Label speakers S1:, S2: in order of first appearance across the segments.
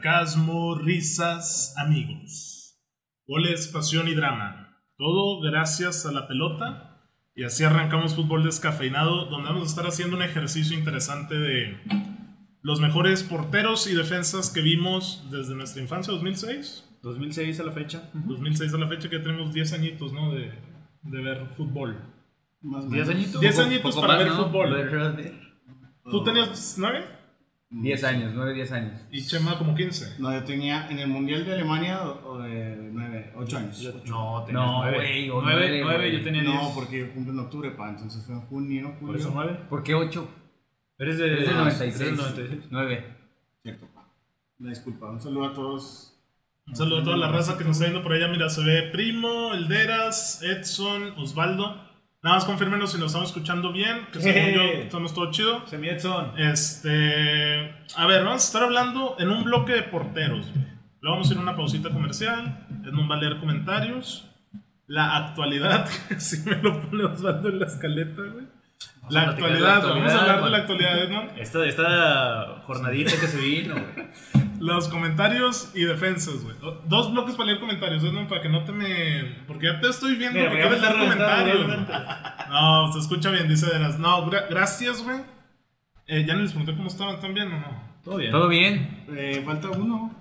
S1: Sarcasmo, risas, amigos. Goles, pasión y drama. Todo gracias a la pelota. Y así arrancamos fútbol descafeinado, donde vamos a estar haciendo un ejercicio interesante de los mejores porteros y defensas que vimos desde nuestra infancia, 2006.
S2: 2006 a la fecha.
S1: 2006 a la fecha que tenemos 10 añitos, ¿no? De, de ver fútbol.
S3: Más o
S2: ¿Diez
S3: menos.
S2: añitos?
S1: Diez
S2: Poco-
S1: añitos
S2: poco
S1: para
S2: más,
S1: ver
S2: ¿no?
S1: fútbol. ¿Tú
S3: Oh.
S1: tenías 9?
S2: Mm,
S4: 10 años, 9, 10 años.
S1: Y Chema como 15.
S3: Mm. No, yo tenía en el Mundial de Alemania 8 años.
S2: No, tenías
S4: No,
S2: nueve.
S4: güey, o
S2: Nueve,
S4: nueve,
S2: nueve,
S4: güey.
S2: yo tenía diez.
S3: No, porque yo cumplo en octubre, pa, entonces fue en junio,
S2: Por eso
S3: julio.
S2: nueve.
S4: ¿Por qué 8?
S2: Eres de...
S4: Es del
S2: eres
S4: 96.
S2: del 96.
S4: 9.
S3: Cierto, pa. Una disculpa, un saludo a todos.
S1: Un saludo a toda la raza que nos está viendo por allá. Mira, se ve Primo, Elderas, Edson, Osvaldo. Nada más confirmenos si nos estamos escuchando bien, que según yo estamos todo chido.
S2: Semi Edson.
S1: Este, a ver, vamos a estar hablando en un bloque de porteros. güey. Luego vamos a ir a una pausita comercial. Edmond va a leer comentarios. La actualidad, que si me lo pone Osvaldo en la escaleta, güey.
S2: Vamos
S1: La
S2: a platicar de
S1: actualidad,
S2: la
S1: vamos a
S2: actualidad,
S1: hablar de
S2: güey.
S1: la actualidad, Edmond.
S2: Esta, esta jornadita que se vino, güey.
S1: Los comentarios y defensas, güey. O- Dos bloques para leer comentarios, Edmond, para que no te me. Porque ya te estoy viendo
S2: Mira,
S1: que
S2: me voy a
S1: quieres leer
S2: meter reventado,
S1: comentarios.
S2: güey.
S1: güey. No, se escucha bien, dice Deras. No, gra- gracias, güey. Eh, ya no les pregunté cómo estaban, ¿están bien o no?
S2: Todo bien.
S4: ¿Todo bien?
S3: Eh, falta uno.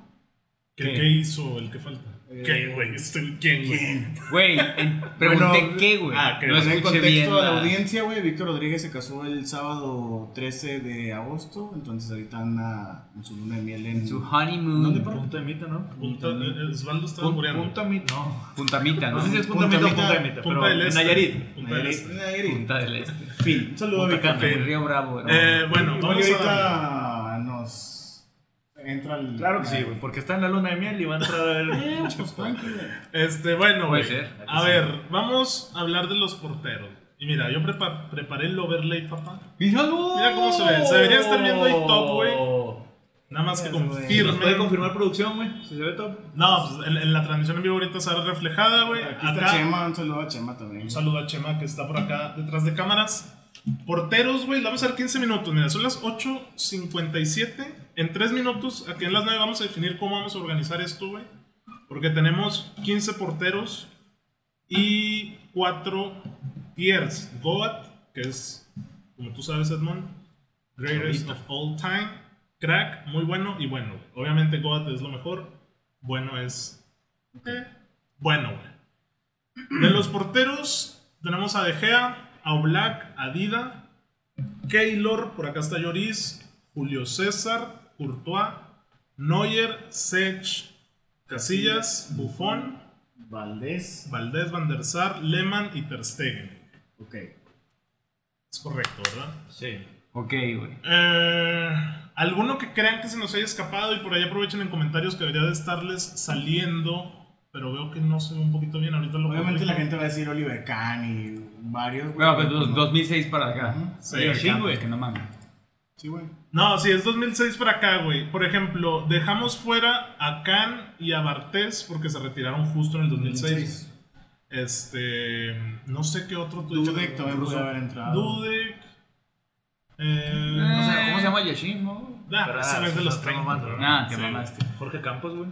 S1: ¿Qué,
S4: ¿Qué?
S1: qué hizo el que falta?
S3: Eh,
S1: ¿Qué, güey? Este, ¿Quién,
S2: Pues,
S1: güey?
S4: Güey, en- pregunté
S3: Bueno,
S4: qué, güey.
S1: ah, que
S4: no
S1: no
S3: en
S4: escuché
S3: contexto
S4: bien.
S3: a la
S4: la-
S3: audiencia, güey, Víctor Rodríguez se casó el sábado 13 de agosto, entonces ahorita anda en su luna de miel en...
S4: Su
S3: ¿Dónde,
S4: honeymoon.
S3: por-
S2: Punta de mita, ¿no?
S1: Punta, eh, Osvaldo estaba
S2: Pun-
S1: muriendo.
S2: Punta mita. No.
S4: Puntamita, ¿no?
S2: No sé si es punta
S3: Punta
S2: mita o
S3: Mita.
S2: punta de mita, pero
S1: Punta del
S2: en
S1: Este.
S2: Nayarit.
S1: Punta del
S3: Nayarit.
S1: Este.
S3: Nayarit.
S4: Punta del Este.
S3: Fin. Un saludo a
S2: Punta
S3: Víctor.
S2: Cana.
S1: Fin.
S4: Río Bravo. ¿no?
S1: Eh, bueno,
S3: Igual
S1: vamos
S3: y
S1: a.
S3: ahorita nos entra el.
S2: Claro que sí, güey, porque está en la luna de miel y va a entrar a
S3: Eh,
S2: ver...
S3: pues, tranqui, güey.
S1: Este, bueno,
S4: Puede
S1: güey.
S4: ser, hay que
S1: A
S4: ser.
S1: ver, vamos a hablar de los porteros. Y mira, yo prepa- preparé el overlay, papá.
S4: ¡Míralo!
S1: Mira cómo se ve, se debería estar viendo ahí top, güey. Nada más que
S3: Eso, güey.
S2: ¿Nos
S1: confirme.
S2: puede confirmar producción, güey? Si se ve top.
S1: No, pues en, en la transmisión en vivo ahorita se ve reflejada, güey.
S3: Aquí está
S1: Acá,
S3: Chema, un saludo a Chema también.
S1: un saludo a Chema que está por acá detrás de cámaras. Porteros, güey, le vamos a dar 15 minutos. Mira, son las 8.57. En 3 minutos, aquí en las 9 vamos a definir cómo vamos a organizar esto, güey. Porque tenemos 15 porteros y 4 tiers. Goat, que es, como tú sabes, Edmond, greatest of all time. Crack, muy bueno y bueno. güey. Obviamente Goat es lo mejor. Bueno es... eh, bueno, güey. De los porteros tenemos a De Gea, a Oblak, a Dida, Keylor, por acá está Lloris, Julio César, Courtois, Neuer, Sech, Casillas, Buffon,
S3: Valdés.
S1: Valdés, Van der Sar, Lehmann y Ter Stegen.
S3: Ok.
S1: Es correcto, ¿verdad?
S2: Sí.
S4: Ok, güey.
S1: Eh, ¿Alguno que crean que se nos haya escapado? Y por ahí aprovechen en comentarios que debería de estarles saliendo, pero veo que no se ve un poquito bien. Ahorita lo
S3: Obviamente la
S1: corrijo.
S3: gente va a decir Oliver Kahn y varios.
S4: Bueno, pues
S3: pero
S4: dos-
S3: no.
S4: 2006 para acá.
S3: Ajá.
S1: Sí,
S4: Oye,
S1: sí,
S4: Campos,
S2: güey.
S4: Que no mames.
S2: Eh.
S3: Sí, güey.
S1: No, sí, es 2006 para acá, güey. Por ejemplo, dejamos fuera a Can y a Bartés porque se retiraron justo en el 2006. Este. No sé qué otro tú
S3: Dudek también puede haber entrado.
S1: Dudek. Eh,
S4: No sé, ¿Cómo se llama Yashin, no?
S1: nah,
S2: Pero,
S1: ese
S2: ah,
S1: no es de
S2: no
S1: los
S2: está
S1: 30.
S2: mamando,
S1: güey.
S4: Nah, Ah, te
S1: Sí,
S4: mamaste.
S2: Jorge Campos, güey.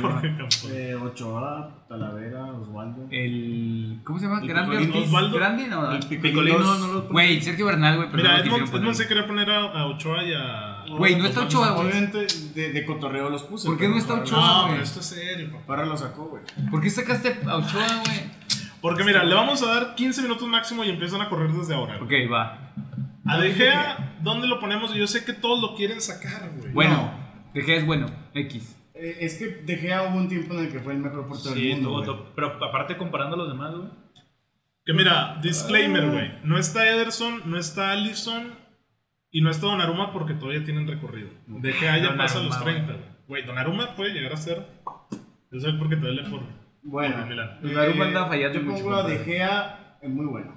S1: Jorge Campos.
S3: Eh, Ochoa, Talavera, Osvaldo.
S4: Eh, El. ¿Cómo se llama?
S3: El
S4: Grande
S3: Picolín.
S4: Ortiz.
S1: Osvaldo.
S4: Grande, no.
S3: El Picolín
S2: Picolín no,
S3: dos.
S2: no lo...
S4: Güey, Sergio Bernal, güey. pero no
S1: Mira,
S4: lo quisieron
S1: Edmond,
S4: poner.
S1: Edmond se quería poner a, a Ochoa y a.
S4: Güey, no está Ochoa, güey.
S3: Obviamente de, de cotorreo los puse.
S4: ¿Por qué
S3: pero
S4: no está
S3: Parra-
S4: Ochoa?
S1: No,
S4: güey.
S1: pero esto es serio, papá.
S3: Parra lo sacó, güey.
S4: ¿Por qué sacaste a Ochoa, güey?
S1: Porque mira, le vamos a dar 15 minutos máximo y empiezan a correr desde ahora. güey.
S4: Ok, va.
S1: A De Gea, ¿dónde lo ponemos? Yo sé que todos lo quieren sacar, güey.
S4: Bueno, De Gea es bueno. X.
S3: Eh, es que dejé a un tiempo en el que fue el mejor portero
S2: Sí,
S3: del mundo.
S2: estuvo
S3: güey.
S2: top. Pero aparte comparando a los demás, güey.
S1: Que mira, disclaimer,
S3: Ah.
S1: güey. No está Ederson, no está Allison y no está Donnarumma porque todavía tienen recorrido. De que haya
S2: Donnarumma,
S1: pasado los
S2: güey.
S1: 30, güey. Güey, Donnarumma puede llegar a ser. Yo sé porque todavía le por.
S3: Bueno, eh,
S1: por Milán.
S4: Pues Donnarumma anda fallando
S3: Yo
S4: mucho,
S3: pongo a
S4: compadre.
S3: De Gea, es muy bueno.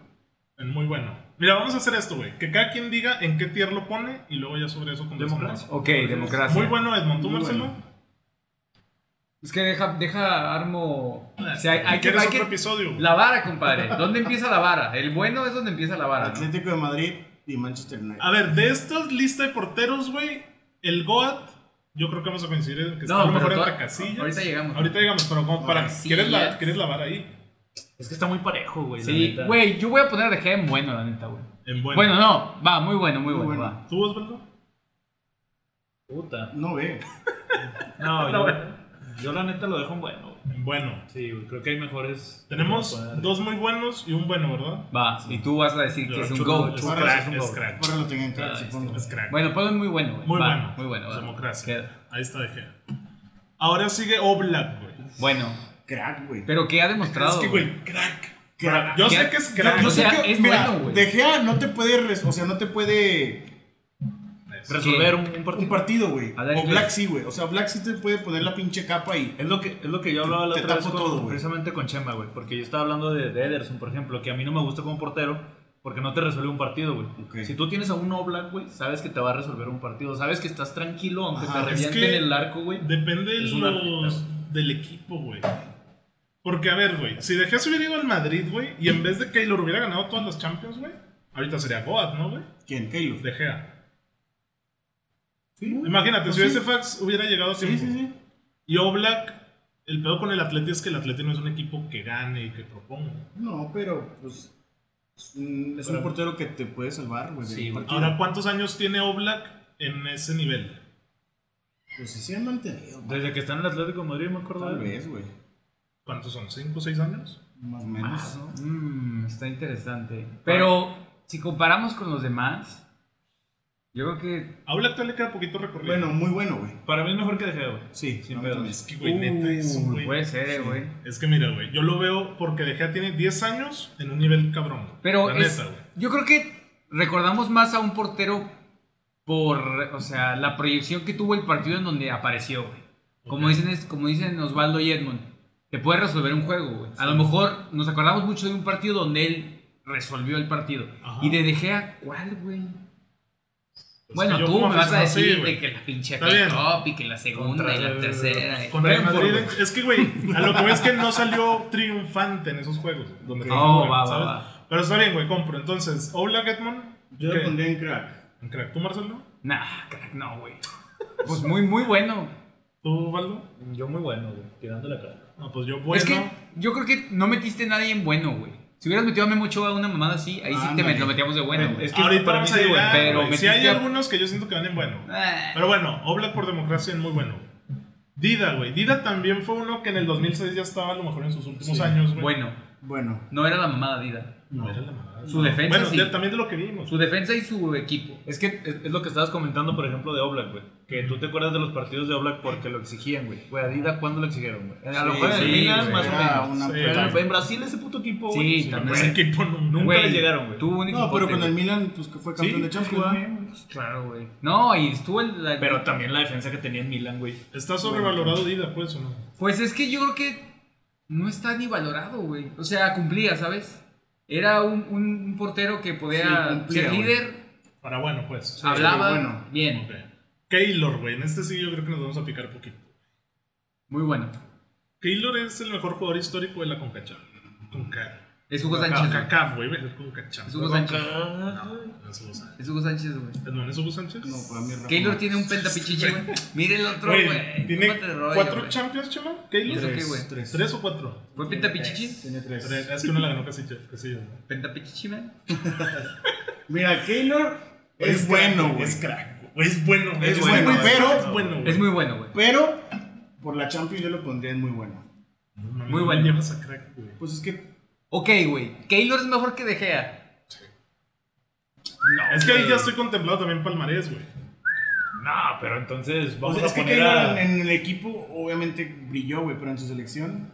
S1: Es muy bueno. Mira, vamos a hacer esto, güey. Que cada quien diga en qué tier lo pone y luego ya sobre eso conversamos.
S2: Democracia.
S4: Ok, democracia.
S1: Muy bueno Edmond. ¿Tú,
S3: Muy
S1: Marcelo?
S3: bueno.
S4: Es que deja, deja armo. O sea, hay, hay que,
S1: ¿Quieres
S4: hay
S1: otro
S4: que-
S1: episodio? güey?
S4: La vara, compadre. ¿Dónde empieza la vara? El bueno es donde empieza la vara. Ah, ¿no? Ah.
S3: Atlético de Madrid y Manchester United.
S1: A ver, de esta lista de porteros, güey, el Goat Yo creo que vamos a coincidir en que
S4: No,
S1: está a lo
S4: pero
S1: mejor
S4: toda-
S1: entre casillas.
S4: ahorita llegamos.
S1: Ahorita llegamos, pero como para.
S4: Casillas.
S1: ¿quieres, la, ¿Quieres lavar ahí?
S2: Es que está muy parejo, güey. la
S4: Sí,
S2: neta.
S4: güey, yo voy a poner de G en bueno, la neta, güey.
S1: En bueno.
S4: Bueno, no, va, muy bueno, muy,
S3: Muy
S4: bueno,
S3: bueno.
S4: va.
S1: ¿Tú, Osvaldo?
S2: Puta.
S3: No ve.
S2: No,
S1: No,
S2: yo, yo la neta lo dejo en bueno, güey.
S1: En bueno.
S2: Sí, güey, creo que hay mejores.
S1: Tenemos
S2: para-
S1: dos muy buenos y un bueno, ¿verdad?
S4: Va, y tú vas a decir que
S1: Yo,
S4: es un
S1: Chuck
S4: go.
S1: Norris.
S2: Es
S1: Chuck
S2: crack,
S1: Norris,
S2: es
S1: es
S2: crack.
S1: crack.
S3: Ahora lo tengo en cara,
S2: Ah,
S3: supongo.
S1: Es crack.
S4: Bueno, ponlo en muy bueno, güey.
S1: Muy
S4: Va,
S1: bueno.
S4: Muy bueno, va.
S1: Democracia.
S4: Queda.
S1: Ahí está de Gea. Ahora sigue Oblak, güey.
S4: Bueno,
S3: Crack, güey.
S4: pero que ha demostrado.
S1: Es que,
S4: güey?
S1: güey, crack.
S3: Crack.
S1: Yo
S4: ¿Qué?
S1: sé que es crack.
S4: Yo
S1: Yo
S3: O
S1: sé
S3: sea,
S4: O sea,
S3: que,
S4: es
S3: mira,
S4: bueno, güey.
S3: De Gea no te puede, res- o sea, no te puede
S2: Resolver un, un partido.
S3: un partido, güey.
S4: Hablar
S3: O
S4: inglés.
S3: Black sí, güey. O sea, Black sí te puede poner la pinche capa y
S2: Es lo, que, es lo que yo hablaba la
S3: Te
S2: otra vez
S3: tapo
S2: con-
S3: todo, güey.
S2: precisamente con Chema, güey. Porque yo estaba hablando de, de Ederson, por ejemplo, que a mí no me gusta como portero porque no te resuelve un partido, güey.
S3: Ok.
S2: Si tú tienes a un Oblak, güey, sabes que te va a resolver un partido. Sabes que estás tranquilo aunque
S3: Ajá,
S2: te
S1: es
S2: revienten
S1: que-
S2: el arco, güey.
S1: Depende de
S2: Es una
S1: los- del equipo, güey. Porque, a ver, güey, si Dejea se hubiera ido al Madrid, güey, y en vez de Keylor hubiera ganado todas las Champions, güey, ahorita sería Goat, ¿no, güey?
S3: ¿Quién? Keylor.
S1: De Gea.
S3: Sí.
S1: Imagínate,
S3: Pues
S1: si
S3: sí.
S1: ese fax hubiera llegado a
S3: Sí,
S1: tiempo.
S3: sí, sí.
S1: Y Oblak, el pedo con el Atleti es que el Atleti no es un equipo que gane y que proponga.
S3: No, pero pues es un es un
S2: Pero-
S3: portero que te puede salvar, güey. de
S2: Sí,
S3: un
S2: güey.
S3: partido.
S1: Ahora, ¿cuántos años tiene Oblak en ese nivel?
S3: Pues sí se han mantenido, güey.
S2: Desde que está en el Atlético de Madrid, me acuerdo
S3: Tal
S2: de él.
S3: vez, güey.
S1: ¿Cuántos son? ¿Cinco o seis años?
S3: Más o menos.
S2: Más, ¿no?
S4: Mm, está interesante. Pero si comparamos con los demás, yo creo que.
S1: A Oblak todavía le queda poquito recorrido.
S3: Bueno, muy bueno, güey.
S2: Para mí es mejor que De Gea, güey.
S3: Sí,
S2: Sin
S3: no
S2: pedos.
S3: mames.
S1: Es que, güey, neta, es
S4: Uh,
S1: un güey.
S4: Puede ser, eh, güey.
S1: Es que mira, güey, yo lo veo porque De Gea tiene 10 años en un nivel cabrón. güey.
S4: Pero
S1: La
S4: es-
S1: neta, güey.
S4: yo creo que recordamos más a un portero por, o sea, la proyección que tuvo el partido en donde apareció, güey. Como
S1: Ok.
S4: dicen, es- como dicen Osvaldo y Edmond, te puede resolver un juego, güey. A lo mejor nos acordamos mucho de un partido donde él resolvió el partido.
S1: Ajá.
S4: Y de De Gea, ¿cuál, güey?
S1: Pues
S4: bueno,
S1: que yo
S4: tú
S1: como
S4: me vas a
S1: aficionado, sí,
S4: decir
S1: güey.
S4: de que la pinche
S1: Está bien.
S4: top y que la segunda
S2: Contra
S4: y la
S2: el-
S4: tercera. y-
S1: Contra el
S4: Brentford,
S1: Madrid, ¿eh?
S4: güey.
S1: es que, güey, a lo que voy es que no salió triunfante en esos juegos. güey, Donde
S2: Ah,
S1: fue
S4: No,
S1: favorable,
S4: va, va,
S1: ¿sabes?
S4: va.
S1: Pero está bien, güey, compro. Entonces, Oblak Edmond.
S3: Yo
S1: ¿qué?
S3: lo pondría en crack.
S1: En crack. ¿Tú, Marcelo?
S4: Nah, crack, no, güey. Pues muy, muy bueno.
S1: ¿Tú, Valdo?
S2: Yo muy bueno, güey. Tirando la cara.
S1: No, pues yo, bueno.
S4: Es que yo creo que no metiste a nadie en bueno, güey. Si hubieras metido a Memo Ochoa a una mamada así, ahí sí te
S3: Ándale.
S4: met- lo metíamos de bueno, güey.
S2: Es que
S1: Ahorita
S2: para
S1: vamos
S2: mí
S1: a
S2: sí, güey,
S1: llegar.
S4: pero
S1: güey. Sí
S4: metiste
S1: hay
S4: a-
S1: algunos que yo siento que van en bueno.
S4: Ah,
S1: Pero bueno, Oblak por democracia es muy bueno. güey. Dida, güey. Dida también fue uno que en el 2006 ya estaba a lo mejor en sus últimos
S3: Sí.
S1: años, güey.
S4: bueno,
S3: Bueno.
S4: no era la mamada Dida.
S1: No, era la mamada.
S4: Su defensa
S1: Bueno,
S4: sí.
S1: de- también de lo que vimos.
S4: Su defensa y su equipo.
S2: Es que es, es lo que estabas comentando, por ejemplo, de Oblak, güey. Que tú te acuerdas de los partidos de Oblak porque lo exigían, güey. Güey, Adidas, ¿cuándo lo exigieron, güey? A lo
S3: Sí,
S2: mejor en
S4: sí,
S2: Milan,
S4: güey.
S2: más o
S3: Era
S2: menos.
S3: una
S1: Sí,
S2: Pero
S3: puta-
S1: claro.
S2: en Brasil ese puto equipo,
S4: Sí,
S2: güey.
S4: también.
S1: Ese equipo no- nunca.
S2: Nunca le llegaron, güey.
S4: Tuvo
S3: No,
S4: un
S3: pero con
S4: equipote,
S3: el
S4: güey.
S3: Milan, pues que fue campeón
S2: Sí,
S3: de Champions.
S2: güey.
S3: güey.
S4: Claro, güey. No, y estuvo el. la-
S2: Pero también la defensa que tenía en Milan, güey.
S1: Está sobrevalorado Dida, pues, o no.
S4: Pues es que yo creo que no está ni valorado, güey. O sea, cumplía, ¿sabes? Era un, un- un portero que podía
S3: Sí, cumplía,
S4: ser
S3: güey.
S4: líder,
S1: Para bueno, pues.
S4: hablaba
S3: bueno.
S4: bien.
S1: Ok. Keylor, güey. En este sí yo creo que nos vamos a picar poquito.
S4: Muy bueno.
S1: Keylor es el mejor jugador histórico de la Concachá. Conca.
S4: Es Hugo Sánchez. güey.
S1: Concacaf, güey. Es Concachá.
S4: Es Hugo Sánchez.
S2: Ajá.
S1: No, Ah, es Hugo Sánchez.
S4: Es Hugo Sánchez, güey.
S1: ¿No es Hugo Sánchez?
S3: No, para mí Rafa
S4: Keylor
S3: Márquez.
S4: tiene un pentapichichi, güey. Mira el otro,
S1: Güey,
S4: güey.
S1: ¿Tiene
S4: Tómate de rollo,
S1: cuatro
S4: güey.
S1: champions, chaval?
S4: Yo
S1: ¿Keylor?
S4: creo que, güey.
S3: Tres.
S1: ¿Tres o cuatro?
S4: ¿Fue pentapichichi?
S3: Tiene tres.
S1: Tres. Es que uno la ganó Casillas. Casillas, ¿no?
S4: ¿Pentapichichi, man?
S3: Mira, Keylor
S1: crack,
S3: es, bueno, güey.
S1: Es crack, güey. Es bueno, güey.
S3: Es bueno,
S1: muy
S3: es
S1: pero
S3: bueno.
S1: es bueno, güey.
S4: Es muy bueno, güey.
S3: Pero por la Champions yo lo pondría en muy bueno.
S1: No mames,
S4: muy
S1: no
S4: bueno.
S1: Llevas a crack, güey.
S3: Pues es que
S4: Ok, güey. Keylor es mejor que De Gea. No,
S1: Es que ahí
S4: güey.
S1: ya estoy contemplado también palmarés, güey.
S2: No, pero entonces vamos
S3: o sea, es
S2: a
S3: que
S2: poner
S3: Keylor
S2: a...
S3: en, en el equipo obviamente brilló, güey, pero en su selección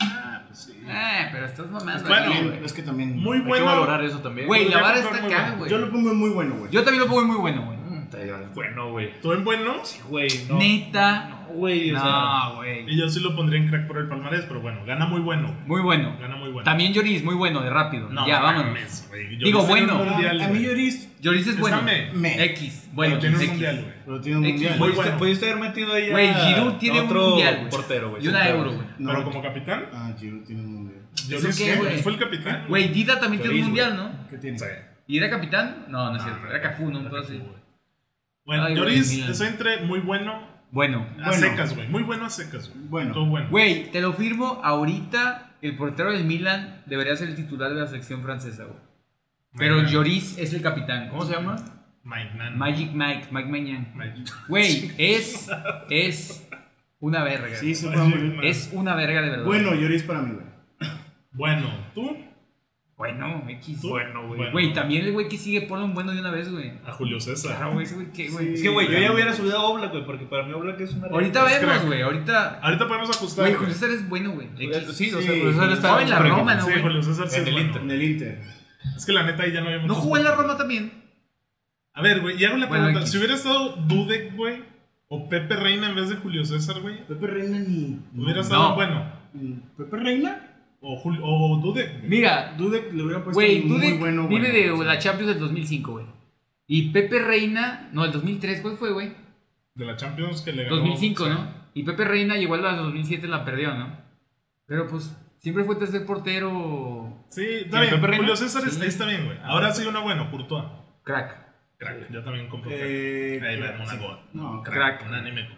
S1: Ah, pues sí.
S4: Ah, pero estás mamando.
S1: Pues Bueno,
S4: aquí,
S3: también-
S4: güey.
S3: es que también
S1: Muy
S2: Hay que
S1: bueno.
S2: valorar eso también.
S4: Güey, la
S1: podría
S4: vara está
S1: comprar muy
S4: acá,
S1: bueno.
S4: güey.
S3: Yo lo pongo en muy bueno, güey.
S4: Yo también lo pongo en muy bueno, güey.
S2: Mm, te digo, Bueno, güey.
S1: ¿Tú en bueno?
S2: Sí, güey, no.
S4: Neta.
S2: No, güey, o sea...
S4: No, güey.
S1: Y yo sí lo pondría en crack por el palmarés, pero bueno, gana muy bueno.
S4: Muy bueno.
S1: Gana muy bueno.
S4: También Lloris, muy bueno, de rápido.
S1: No,
S4: ya, vámonos.
S1: mames, güey. Yo
S4: Digo,
S1: pensé en un
S4: bueno.
S1: mundial,
S3: Ah, a, a mí
S1: güey.
S3: Lloris
S4: Lloris es bueno.
S1: Está me-
S3: me.
S4: X. Bueno,
S1: Pero tiene un
S4: X.
S1: mundial, güey.
S3: Pero tiene un
S4: X,
S3: mundial.
S1: muy
S2: Pudiste-
S1: bueno.
S2: Pudiste haber metido ahí a...
S4: Güey, Giroud tiene un
S2: otro
S4: mundial, güey.
S2: portero, güey.
S4: Y una
S2: sin
S4: euro,
S2: pedos.
S4: güey.
S3: No,
S1: Pero como capitán,
S3: Ah, Giroud tiene un mundial.
S1: yo
S4: ¿Eso
S1: sí
S4: qué,
S1: sé,
S4: güey?
S1: fue el capitán.
S4: Güey, Dida también tiene un
S2: Lloris,
S4: mundial, ¿no?
S3: ¿Qué tiene?
S1: Sí.
S4: ¿Y era capitán? No, no es
S1: Ah,
S4: cierto. Era Cafú, ¿no?
S1: era
S4: Entonces.
S1: Cafú, güey. Bueno,
S4: Ay, güey,
S1: Lloris,
S4: Milan.
S1: estoy entre muy bueno
S4: Bueno,
S1: a secas, güey. Muy bueno a secas, güey.
S3: Bueno.
S1: Todo bueno.
S4: güey, te lo firmo. Ahorita el portero del Milan debería ser el titular de la selección francesa, güey. Pero
S1: Mañana.
S4: Lloris es el capitán. ¿Cómo se llama?
S1: Mañana.
S4: Magic Mike, Mike Mañan.
S1: Mañana.
S4: Güey, es. Es. Una verga.
S3: Sí, sí, fue muy bien.
S4: Es una verga de verdad.
S3: Bueno, Lloris para mí, güey.
S1: Bueno, tú
S4: Bueno, X.
S1: ¿Tú?
S2: Bueno, güey.
S1: Bueno.
S4: Güey, también el güey que sigue ponlo un bueno de una vez, güey.
S1: a Julio César.
S4: Claro, güey, ese güey que, güey.
S2: Es que, güey, yo ya hubiera subido a Oblak, güey, porque para mí Oblak es una.
S4: Ahorita
S1: Es
S4: vemos,
S1: crack.
S4: güey. Ahorita.
S1: Ahorita podemos ajustar.
S4: Güey,
S1: güey.
S4: Julio César es bueno, güey.
S2: Sí,
S4: X.
S2: sí, o sea,
S3: Sí.
S2: por eso él está.
S4: Joven la Roma, ¿no?
S1: Sí,
S4: güey.
S1: Julio César sí
S2: En
S1: es
S2: el
S1: bueno.
S2: Inter.
S3: En el Inter.
S1: Es que la neta ahí ya no había
S4: No
S1: muchos
S4: jugó en la
S1: jugadores.
S4: Roma también.
S1: A ver, güey, y hago la
S4: Bueno,
S1: pregunta.
S4: X.
S1: Si hubiera estado Dudek, güey, o Pepe Reina en vez de Julio César, güey,
S3: Pepe Reina ni.
S1: hubiera estado
S4: No.
S1: bueno.
S3: Mm, Pepe Reina,
S1: O, Jul- o Dudek. güey.
S4: Mira,
S3: Dudek le hubiera puesto
S4: güey,
S3: Pues muy
S4: tú de-
S3: bueno.
S4: vive de
S3: bueno.
S4: la Champions del 2005, güey. Y Pepe Reina, no, el 2003, ¿cuál fue, güey?
S1: De la Champions que le ganó.
S4: 2005, ¿no? Y Pepe Reina llegó a la 2007 la perdió, ¿no? Pero pues siempre fue tercer portero
S1: Sí, está
S2: ¿Y
S1: bien.
S2: Pepe Reina?
S1: Julio César es-
S4: Sí. Ah.
S1: está bien, güey. Ahora sí una buena, Courtois.
S4: crack.
S1: Crack, yo también compro
S3: Eh,
S1: crack. Ahí va,
S3: sí.
S1: Monaco.
S3: No,
S1: Crack,
S4: Crack.
S1: un anime.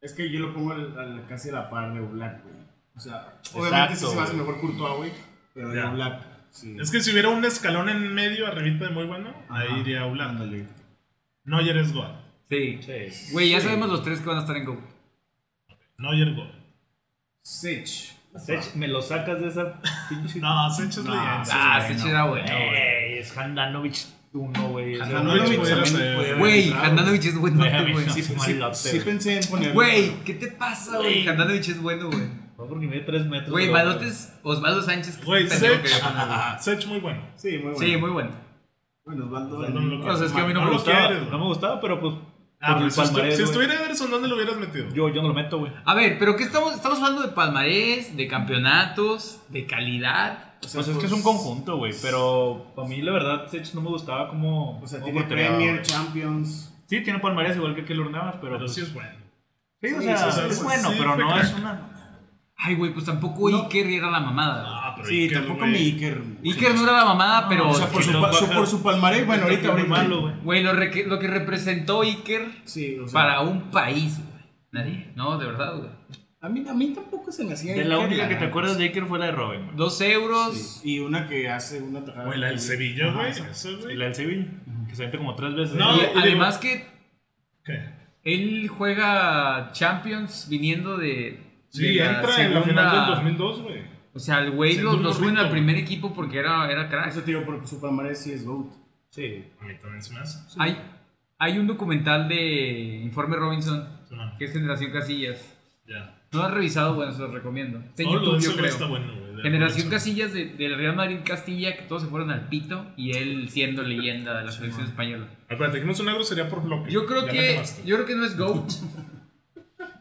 S3: Es que yo lo pongo al, al- casi a la par de Black, güey. O sea, obviamente sí se me hace
S2: güey.
S3: mejor Courtois, güey. Pero
S1: Ya.
S3: yo Black, sí.
S1: Es que si hubiera un escalón en medio arribita de muy bueno, ahí
S3: Ajá.
S1: iría Oblak.
S3: Ándale.
S1: Neuer es God.
S4: Sí.
S2: Sí.
S4: Güey, ya sabemos los tres que van a estar en Go.
S1: Neuer God.
S3: Sech.
S2: Sech, me lo sacas de esa pinche.
S1: No, Sech es
S3: No,
S1: leyenda.
S3: sí,
S4: Ah,
S3: bueno.
S4: Sech era bueno. güey.
S2: Ey, es Handanovic uno, güey.
S3: Ah,
S2: Ese
S1: Handanovic
S2: güey,
S1: pudiera ser.
S4: Güey,
S3: entrado.
S4: Handanovic es bueno,
S2: Handanovic
S4: güey.
S2: no.
S4: Sí.
S3: Sí,
S2: Mal
S3: sí,
S2: lote,
S3: sí
S2: güey.
S3: pensé en ponerlo.
S4: Güey, ¿qué te pasa, güey? Handanovic es bueno, güey.
S2: No, porque mide tres metros.
S4: Güey,
S2: de
S4: Malote es Osvaldo Sánchez. que es
S1: Güey,
S4: un pendejo
S1: Sech.
S4: que yo pongo, güey.
S1: Sech muy bueno.
S3: Sí, muy bueno.
S4: Sí, muy bueno.
S3: Bueno, Osvaldo.
S1: Osvaldo no lo
S4: O sea, es que a mí no
S1: No
S4: me
S1: lo
S4: gusta.
S2: No,
S1: quieres, güey.
S2: no me gustaba, pero pues.
S1: Ah,
S2: por
S1: pero
S2: el
S1: si, estu-
S2: palmarés,
S1: si
S2: güey.
S1: estuviera Ederson, ¿dónde lo hubieras metido?
S2: Yo, yo no lo meto, güey.
S4: A ver, pero ¿qué estamos? Estamos hablando de palmarés, de campeonatos, de calidad.
S3: O sea,
S2: Pues es que es un conjunto, güey. Pero a mí, la verdad, Sech no me gustaba como.
S3: O sea,
S2: como
S3: tiene
S2: portero,
S3: Premier,
S2: güey.
S3: Champions.
S2: Sí, tiene palmarés igual que Keylor Navas, pero.
S1: Pero
S2: pues,
S1: sí es bueno.
S2: sí, o
S3: sí,
S2: sea,
S3: sí, sí,
S2: es
S3: sí,
S2: bueno,
S1: sí,
S2: pero
S1: fue
S2: no
S1: crack.
S2: es una.
S4: Ay, güey, pues tampoco
S3: No.
S4: Iker era la mamada.
S1: Ah, pero
S3: Sí,
S1: Iker,
S3: tampoco
S1: güey.
S3: mi Iker.
S4: güey. Iker no era la mamada, pero.
S3: O sea, por su,
S2: Iker
S3: pa- su-
S2: baja-
S3: por su palmarés, bueno, ahorita,
S2: muy
S3: ahorita.
S2: malo, güey.
S4: Güey, lo, re- lo que representó Iker
S3: Sí, o sea,
S4: para un país, güey. Nadie. No, de verdad, güey.
S3: A mí, a mí tampoco se me hacía.
S2: De la
S3: Iker
S2: única que te
S3: gran
S2: acuerdas de Iker fue la de Robin, güey.
S4: Dos euros.
S3: Sí, Y una que hace una tajada.
S1: Güey, la del Sevilla,
S3: Ajá,
S1: güey.
S3: esa.
S1: Eso,
S2: Y
S1: güey.
S2: la del Sevilla, que se mete como tres veces.
S1: No,
S4: Y
S1: güey.
S4: además que
S1: ¿Qué?
S4: él juega Champions viniendo de. de
S1: Sí,
S4: la
S1: entra en la
S4: segunda-
S1: final del 2002, güey.
S4: O sea, el güey lo,
S1: Segundo
S4: lo suben al
S1: ritmo.
S4: primer equipo porque era, era crack.
S3: Eso te digo, por su palmarés sí es GOAT.
S2: Sí.
S1: A mí también se me hace.
S4: Hay, hay un documental de Informe Robinson,
S1: Se me hace.
S4: que es Generación Casillas.
S1: Ya.
S4: No lo has revisado, bueno, se los recomiendo. Está en
S1: Todo lo de
S4: YouTube,
S1: ese
S4: yo
S1: güey
S4: creo.
S1: está bueno, güey. de
S4: Generación
S1: Robinson.
S4: Casillas de- del Real Madrid Castilla, que todos se fueron al pito y él siendo leyenda de la selección española.
S1: Acuérdate, dijimos una grosería por bloque.
S4: Yo creo
S1: Ya la
S4: que
S1: acabaste.
S4: yo creo que no es GOAT.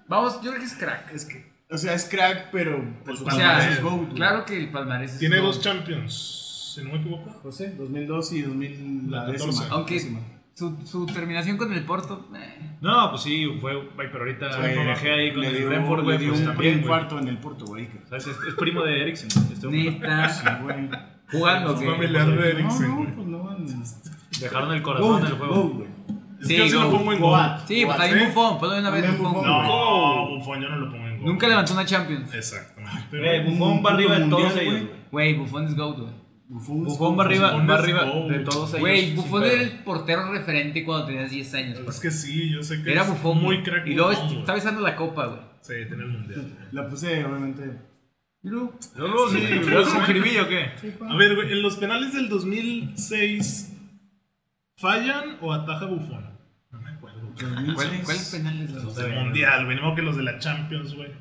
S4: Vamos, yo creo que es crack.
S3: Es que, o sea, es crack, pero por su
S1: O
S4: O
S1: sea,
S3: palmarés
S4: sea,
S3: es GOAT. güey.
S4: claro que el Palmarés es
S1: Tiene
S4: GOAT.
S1: dos champions, si no me equivoco.
S3: José, 2002 y 2000. La
S1: La
S3: décima.
S1: 14.
S4: Aunque-
S3: décima.
S4: Su, su terminación con el Porto. eh.
S2: No, pues sí, fue. Güey, pero ahorita
S3: O sea,
S2: lo dejé ahí con
S3: Eh, le
S2: el
S3: dio-
S2: Brentford,
S3: le
S2: güey,
S3: dio
S2: pues
S3: un
S2: también, güey.
S3: cuarto en el Porto, güey. Iker.
S2: ¿Sabes? Es, es primo de Eriksen. Este hombre.
S4: Neta.
S3: Sí, güey.
S4: Jugando,
S1: Es
S4: que-
S1: familiar de
S3: No,
S1: Eriksen,
S3: no,
S1: güey.
S3: pues no. en-
S2: Dejaron el corazón
S3: Goat,
S2: del juego.
S3: Goat, güey.
S1: Es
S4: Sí,
S1: que yo sí lo
S4: Goat.
S1: pongo en
S3: Goat.
S1: gol.
S4: Sí, pues
S1: Goat,
S4: también
S1: ¿eh?
S4: Buffon, ponlo de una vez
S3: También
S4: Buffon.
S3: Buffon.
S4: güey.
S1: No, Buffon yo no lo pongo en gol.
S4: Nunca levantó una Champions.
S1: Exactamente.
S2: Güey,
S1: güey.
S2: Eh, Buffon va arriba de
S3: Mundial,
S2: todos
S3: güey.
S2: ellos.
S4: Güey,
S2: güey.
S4: Buffon es GOAT, güey.
S3: Buffon,
S2: Bufón va arriba,
S1: Buffon
S2: va
S1: es
S2: arriba
S1: Goat.
S2: de todos ellos.
S4: Güey,
S2: sin
S4: Buffon
S2: pedo.
S4: era el portero referente cuando tenías 10 años. pues.
S1: Es que sí, yo sé que
S4: Era
S1: es
S4: Buffon.
S1: muy
S4: güey.
S1: crack.
S4: Y luego
S1: Buffon, güey.
S4: está besando la copa, güey.
S1: Sí, tiene el mundial.
S3: La puse, obviamente.
S4: Luego,
S2: Luego sí, luego con Jiribilla o qué?
S1: A ver, güey, en los penales del 2006, ¿fallan o ataja Buffon? No me acuerdo. güey.
S4: ¿Cuál, cuál es penal es la-
S1: Los del mundial, güey, ni modo que los de la Champions, güey.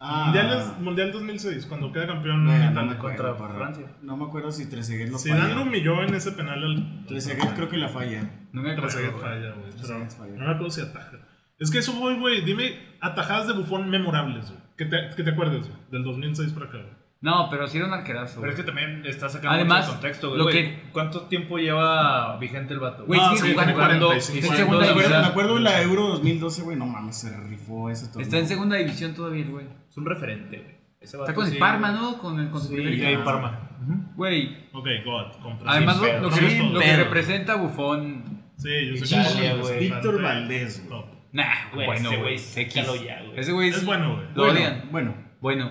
S3: Ah.
S1: Mundial, es- mundial 2006, cuando queda campeón
S3: Bueno,
S1: Italia.
S3: no me
S2: contra
S3: acuerdo, parra.
S2: Francia.
S3: No me acuerdo si Trezeguet lo
S1: Zidane lo
S3: falla.
S1: humilló en ese penal al
S3: Trezeguet creo que la falla.
S4: No me acuerdo.
S1: Trezeguet
S4: güey.
S1: falla, güey. Pero
S3: Trezeguet falla.
S1: no me acuerdo si ataja. Es que eso voy, güey. Dime atajadas de bufón memorables, güey. Que te, que te acuerdes, güey. Del 2006 para acá, güey.
S4: No, pero sí era un arquerazo.
S2: Pero es que
S4: güey.
S2: también está sacando
S4: Además,
S2: mucho de contexto,
S4: lo
S2: güey.
S4: que-
S2: ¿Cuánto tiempo lleva vigente el vato?
S4: Güey,
S1: Ah,
S4: es
S1: sí,
S4: que jugando-
S1: tiene 45.
S4: está en
S1: Sí,
S3: Me
S4: segunda
S2: no,
S3: acuerdo, me
S4: división.
S3: acuerdo de la Euro 2012, güey. No mames, se rifó ese torneo.
S4: Está en segunda división todavía, el güey.
S2: Es un referente, güey. Ese vato
S4: Está con el
S2: sí-
S4: Parma, ¿no? Con, el, con su
S3: Sí,
S4: primer
S2: Sí, ah.
S4: equipo.
S2: el Parma.
S4: Güey,
S1: Ok, God. compra.
S4: además
S1: Sí,
S4: lo,
S1: pero
S4: lo
S1: no
S4: que,
S1: es todo.
S4: lo que
S2: pedo.
S4: representa Buffon
S1: Sí, yo sé
S2: Italia,
S1: que es
S2: güey.
S1: bastante
S3: Víctor Valdés, güey.
S1: top.
S4: Nah,
S2: Güey,
S4: bueno,
S2: ese
S4: güey.
S2: güey,
S4: X.
S2: sácalo ya, güey.
S4: Ese güey
S1: Es bueno, güey.
S4: Lo
S3: Bueno,
S4: odian.
S3: bueno.
S4: Bueno,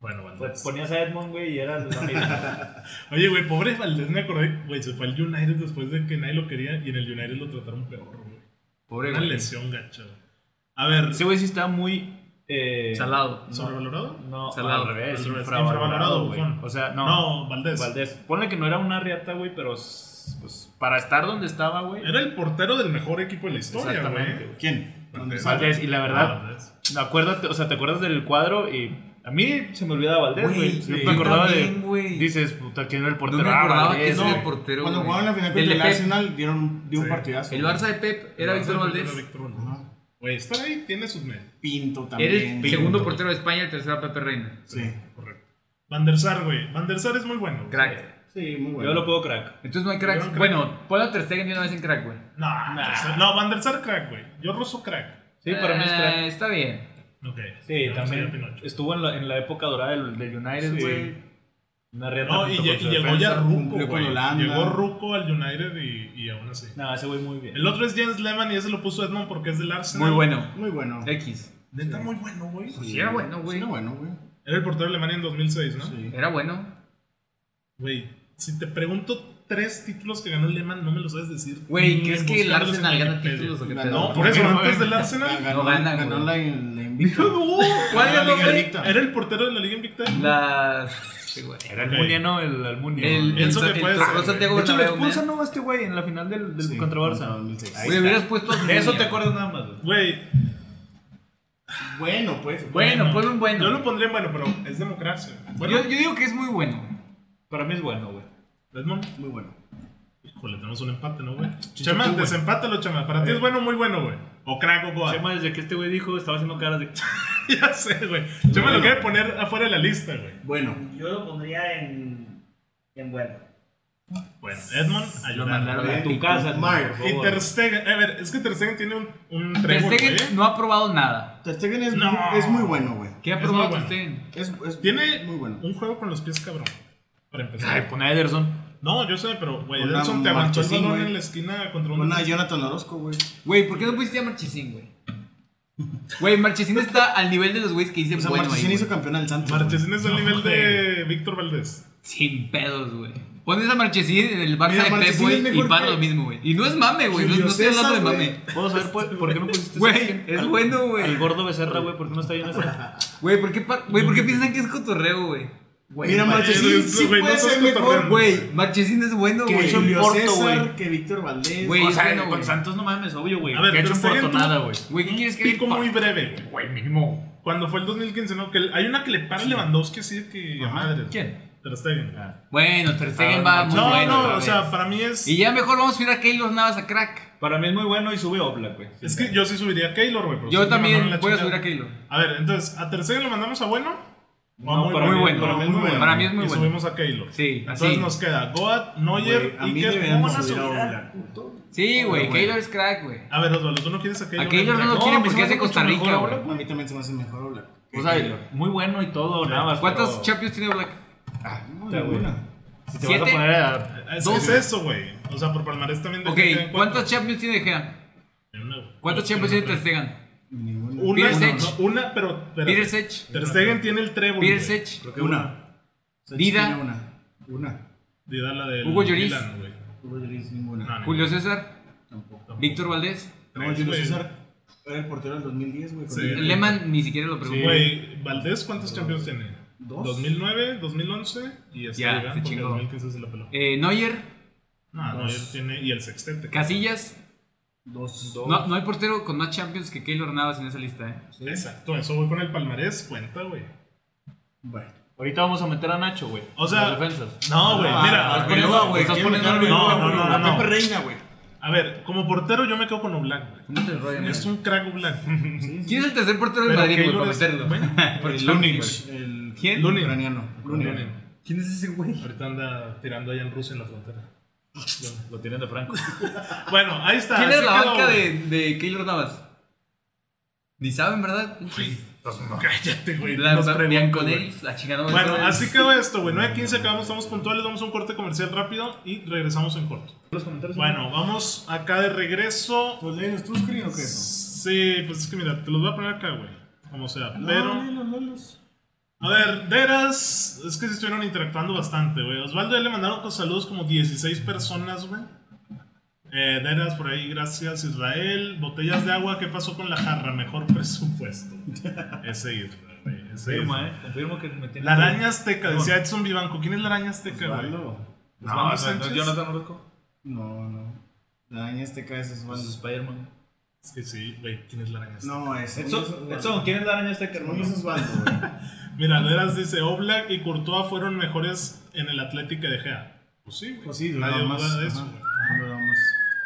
S1: Bueno,
S2: Pues
S1: Valdés.
S2: ponías a Edmond, güey, y eras la misma.
S1: Oye, güey, pobre Valdés, me acordé, güey, se fue al United después de que nadie lo quería y en el United lo trataron peor, güey.
S4: pobre
S1: Una
S4: güey.
S1: lesión gacha, güey. A ver,
S2: Ese güey sí estaba muy. Eh,
S4: Salado.
S1: ¿sobrevalorado?
S2: No,
S4: Salado.
S2: al revés,
S1: Al revés, infravalorado,
S2: infravalorado, güey.
S1: Buffon.
S2: O sea, no,
S1: No, Valdés.
S2: Valdés. Ponle que no era una riata, güey, pero s- pues, para estar donde estaba, güey.
S1: Era el portero del mejor equipo de la historia,
S2: Exactamente,
S1: güey.
S2: güey.
S3: ¿Quién?
S1: Valdés.
S2: Valdés, y la
S1: Ah,
S2: verdad,
S1: Valdés.
S2: acuérdate, o sea, te acuerdas del cuadro y a mí se me olvidaba Valdés, güey.
S4: Güey,
S2: No
S4: sí.
S2: me
S4: yo
S2: acordaba
S4: también,
S2: de.
S4: güey.
S2: Dices, puta, ¿quién era el
S4: No
S2: portero?
S4: me
S2: Ah,
S4: acordaba que
S2: Valdés,
S4: era
S2: güey.
S4: el portero.
S3: Cuando
S4: güey.
S3: jugaron la final
S4: Del
S3: contra el
S4: de Pep.
S3: Arsenal, dieron, dio
S1: Sí.
S3: un partidazo.
S4: El
S3: güey.
S4: Barça de Pep era Víctor
S1: Era
S4: Valdés.
S1: Víctor Valdés.
S3: Ajá.
S1: Güey, estar ahí tiene sus medios.
S3: Pinto
S4: Era
S3: también.
S4: el segundo portero de España y el tercero Pepe Reina.
S3: Sí.
S1: Correcto. Van der Sar, güey. Van der Sar es muy bueno. güey.
S4: Crack.
S3: Sí, muy bueno.
S2: Yo lo puedo crack.
S4: Entonces no hay
S1: Yo
S4: cracks.
S1: no creo
S4: Bueno, ponlo a Ter Stegen de una vez en crack, güey.
S1: No, Van der Sar- no, Van der Sar crack, güey. Yo roso crack.
S2: Sí, para mí es
S4: Eh,
S2: crack.
S4: Está bien.
S1: Ok.
S2: Sí,
S1: Vamos a ir a
S2: también
S1: Pinocho.
S2: estuvo en la, en la época dorada del, del United,
S1: Sí.
S2: güey. Una riata.
S1: No, y,
S2: junto
S1: lle-
S2: con su
S1: y llegó
S2: defensa.
S1: ya Ruco,
S3: cumplió con
S1: güey.
S3: Holanda.
S1: Llegó Ruco al United y, y aún así.
S2: No, ese güey muy bien.
S1: El otro es Jens Lehmann y ese lo puso Edmond porque es del Arsenal.
S4: Muy bueno.
S3: Muy bueno.
S4: X.
S1: Neta, muy bueno, güey.
S4: Pues sí, era bueno, güey.
S3: Sí, era bueno, güey.
S1: Era el portero de Alemania en 2006, ¿no?
S3: Sí.
S4: Era bueno.
S1: Güey, si te pregunto tres títulos que ganó Lehmann, no me los sabes decir.
S4: Güey,
S1: Ni
S4: ¿crees que el
S1: buscándolos en
S4: Arsenal gana
S1: Wikipedia.
S4: títulos o qué
S3: No,
S4: pedo?
S1: No, por eso,
S3: No,
S1: antes del
S3: La
S1: Arsenal.
S3: ganó,
S4: ganan,
S3: ganó
S4: güey.
S3: la, la invicta.
S4: ¿Cuál
S3: La
S4: ganó,
S3: Liga
S4: güey?
S3: Invicta.
S1: Era el portero de la Liga Invicta.
S4: La. Sí, güey.
S2: Era
S1: Ok.
S2: el Almunia, ¿no? El Almunia.
S4: El, el,
S1: Pienso que
S4: el
S1: puede
S4: Trofeo
S1: ser,
S4: Santiago
S2: de hecho, lo
S4: Bernabéu,
S2: expulsan,
S4: man.
S2: ¿no? a Este güey en la final del, del
S3: Sí,
S2: contra
S3: contra
S2: Barça.
S3: 2006.
S2: Ahí
S4: Güey,
S2: está.
S4: hubieras puesto. a
S2: De eso
S4: Munia,
S2: te acuerdas nada más, güey.
S1: Güey,
S3: Bueno, pues.
S4: Bueno, ponle un bueno.
S1: yo lo pondría en bueno, pero es democracia. Bueno,
S4: Yo, yo digo que es muy bueno.
S2: Para mí es bueno, güey.
S1: Edmond,
S3: Muy bueno.
S1: híjole, tenemos un empate, ¿no, güey? Chema, desempátalo, Chema. Para ti
S2: Eh.
S1: es bueno, muy bueno, güey. O crack o goa.
S2: Chema, desde que este güey dijo, estaba haciendo caras de.
S1: ya sé, güey. Chema lo quiere poner afuera de la lista, güey.
S3: Bueno.
S5: Yo lo pondría en. en bueno.
S1: Bueno, Edmond,
S4: Lo
S1: ayuda.
S4: mandaron a tu casa.
S3: Mar.
S1: Y Ter Stegen, a ver, es que Ter Stegen tiene un, un
S4: Ter
S1: trébol,
S4: Stegen
S1: güey.
S4: no ha probado nada.
S3: Ter Stegen es,
S1: No.
S3: muy- es muy bueno, güey.
S4: ¿Qué ha
S1: Es muy
S4: probado Ter
S1: bueno.
S4: Stegen?
S3: Es, es
S1: Tiene
S3: muy bueno.
S1: un juego con los pies, cabrón. Para empezar.
S2: Ay, pon a Ederson.
S1: No, yo sé, pero, güey,
S3: Una
S1: Nelson te aguantó el
S3: Marchesín,
S1: balón
S3: güey.
S1: en la esquina contra un.
S3: Una Jonathan Orozco, güey.
S4: Güey, ¿por qué no pusiste a Marchesín, güey? Güey, Marchesín está al nivel de los güeyes que dicen
S3: O sea,
S4: bueno ahí,
S3: Marchesín hizo
S4: güey.
S3: campeón al Santos. güey.
S1: Marchesín es al nivel
S2: güey.
S1: de Víctor Valdés.
S4: Sin pedos, güey. Pones a Marchesín en el Barça
S3: Mira,
S4: de Pep,
S3: Marchesín es
S4: güey, y
S3: mejor
S4: pasa
S3: que-
S4: lo mismo, güey. Y no es mame, güey. No,
S3: Julio
S4: no estoy hablando de
S3: César, güey.
S4: mame.
S2: ¿Puedo saber por, pues, por qué no pusiste
S4: Güey,
S2: ese?
S4: es
S2: Al-
S4: bueno, güey.
S2: Al gordo Becerra, güey, ¿por qué no está ahí en esta?
S4: Güey, ¿por qué, pa- güey, ¿por qué piensan que es cotorreo, güey?
S3: Güey, Mira,
S1: güey,
S3: Marchesín sí
S1: güey, no
S3: puede
S1: seas
S3: ser mejor,
S1: cotorreando.
S4: Güey, Marchesín es bueno,
S3: Que
S4: güey.
S2: hecho
S3: Julio
S2: Porto,
S3: César,
S2: güey.
S3: que Víctor Valdés.
S4: Güey,
S2: o
S4: es
S2: sea,
S4: bueno,
S2: con
S4: güey.
S2: Santos no mames, obvio, güey.
S1: A ver,
S2: Que ha hecho
S1: Ter
S2: un
S1: Stegen
S2: Porto
S1: tuvo-
S2: nada, güey.
S4: Güey, ¿qué quieres que
S1: Pico muy breve, güey.
S2: Güey, mínimo.
S1: Cuando fue el 2015, ¿no? Que el- hay una que le para Lewandowski así de que a madre.
S4: ¿Quién?
S1: Ter Stegen.
S4: Bueno, Ter Stegen
S2: Ah,
S4: va muy
S2: no,
S1: no,
S4: bueno.
S1: no,
S4: otra
S1: o
S4: vez.
S1: sea, para mí es.
S4: Y ya mejor vamos a ir a Keylor Navas a crack.
S2: Para mí es muy bueno y sube Oblak, güey.
S1: Es que yo sí subiría a Keylor, güey. pero sí
S4: Yo
S1: me mandaron
S4: también
S1: la
S4: voy a subir
S1: chingada.
S4: a Keylor.
S1: A ver, entonces, ¿a Ter Stegen lo mandamos a bueno? O a
S2: No, para
S4: Muy
S2: mí-
S4: bueno,
S2: para mí es muy bueno.
S4: Para mí es muy
S1: y
S4: bueno.
S1: subimos a Keylor.
S4: Sí,
S1: Entonces
S4: así.
S1: nos queda Goat, Neuer,
S3: Güey, a mí
S1: Iker.
S3: deberíamos
S1: ¿Cómo van a
S3: subir a
S1: subir?
S3: Oblak.
S4: Sí, güey,
S3: bueno.
S4: Keylor es crack, güey.
S1: A ver, Osvaldo, tú no quieres a Keylor.
S4: A Keylor no lo
S1: Entra-
S4: quieren
S2: a mí se
S4: porque
S2: me
S4: es de
S2: hace mucho
S4: Costa Rica,
S2: mejor
S4: güey.
S3: A mí también se me hace mejor Oblak.
S4: O sea,
S2: Muy bueno y todo, nada más.
S4: ¿cuántas
S2: pero-
S4: Champions tiene Black?
S3: Ah, No,
S2: Puta, güey.
S3: ninguna.
S2: Si te vas a
S4: ¿Siete?
S2: poner a
S1: Es, que
S4: Dos.
S1: es eso, güey. O sea, por palmarés también.
S4: Ok,
S1: debería quedar cuatro.
S4: ¿cuántas Champions tiene De Gea?
S1: Una, güey.
S4: ¿Cuántas Champions tiene Ter Stegen?
S3: Ninguna.
S1: Una,
S4: Peter
S1: no,
S4: Sech.
S1: una, pero. espérate.
S4: Peter Sech.
S1: Ter Stegen tiene el trébol.
S4: Peter
S1: güey.
S4: Sech.
S2: Creo que
S3: Una. Sánchez
S4: Dida.
S3: tiene Una. Una.
S1: Didala del
S4: Hugo Lloris.
S1: Milan, güey.
S3: Hugo Lloris,
S1: No,
S3: ninguna.
S1: no.
S4: Julio César.
S3: Tampoco.
S4: Víctor Valdés.
S3: No,
S1: Tres,
S3: Julio
S1: güey.
S3: César era el portero del 2010, güey. con
S1: Sí.
S3: el-
S4: Lehmann ni siquiera lo preguntó.
S1: Güey, Valdés, ¿cuántos champions tiene?
S3: Dos.
S1: 2009, 2011 y hasta
S4: Ya,
S1: llegan
S4: se
S1: porque en
S4: chingó.
S1: 2015 se la peló.
S4: Eh, Neuer.
S1: No, no, él tiene. Y el sextete.
S4: Casillas.
S3: Dos.
S4: No, no hay portero con más Champions que Keylor Navas en esa lista, eh.
S1: Exacto, eso voy con el palmarés, cuenta, güey.
S3: Bueno.
S2: Ahorita vamos a meter a Nacho, güey.
S1: O sea-
S2: Las defensas.
S1: No, güey, mira.
S4: ah, Oblak, güey,
S3: Estás
S4: ¿quién
S3: poniendo
S4: me
S3: a
S1: No,
S3: Oblak,
S1: no, no,
S3: güey.
S1: no, no.
S3: A Pepe Reina, güey.
S1: A ver, como portero yo me quedo con Oblak, güey.
S4: ¿Cómo te rollo,
S1: Es un crack Oblak.
S4: ¿Quién es el tercer portero del
S1: Pero
S4: Madrid, güey?
S1: Keylor
S4: Para
S1: es-
S4: meterlo.
S1: bueno,
S4: Por el
S3: Lunin.
S4: Lunin, güey.
S3: El
S4: ¿Quién?
S1: Lunin.
S3: ucraniano. Lunin.
S4: ¿Quién es ese güey?
S1: Ahorita anda tirando allá en Rusia en la frontera.
S2: Lo- Lo tienen de Franco.
S1: Bueno, ahí está.
S4: ¿Quién es
S1: así
S4: la
S1: quedó,
S4: banca
S1: güey.
S4: de, de Keylor Navas? Ni saben, ¿verdad?
S2: Pues no.
S1: Cállate, güey.
S4: La
S1: nos
S4: Bianconeri,
S1: preguntan, güey.
S4: la chingada. no
S1: Bueno,
S4: saben.
S1: así quedó esto, güey. 9 a 15 acabamos, estamos puntuales, damos un corte comercial rápido y regresamos en corto.
S2: Los comentarios.
S1: Bueno, vamos acá de regreso.
S3: Pues léelos tú, Screen, o qué eso.
S1: Sí, pues es que mira, te los voy a poner acá, güey. Como sea, pero.
S3: léelos, léelos.
S1: A ver, Deras, es que se estuvieron interactuando bastante, güey. Osvaldo ya le mandaron con saludos como 16 personas, güey. Eh, Deras, por ahí, gracias, Israel. Botellas de agua, ¿qué pasó con la jarra? Mejor presupuesto. Ese Israel, güey. Ese Israel.
S2: Confirmo, eh. Confirmo que me tiene.
S1: La araña azteca, decía Edson Vivanco. ¿Quién es la araña azteca, güey?
S3: Osvaldo.
S2: No,
S1: Osvaldo
S2: no, no,
S1: Sánchez.
S2: Jonathan Orozco.
S3: No, no. La araña azteca es
S2: Pues
S3: Osvaldo.
S2: Spider-Man.
S1: Es que sí, güey, ¿quién es la araña azteca?
S3: No, es
S6: Edson, Edson, ¿quién es la araña este que
S3: Según yo es Osvaldo, güey.
S1: Mira, Leras dice, Oblak y Courtois fueron mejores en el Atlético de Gea. Pues sí, güey.
S3: Pues sí,
S1: Nadie
S3: dudaba
S1: duda
S3: más.
S1: de eso,
S3: ajá,
S1: güey.
S3: ajá, dudaba más.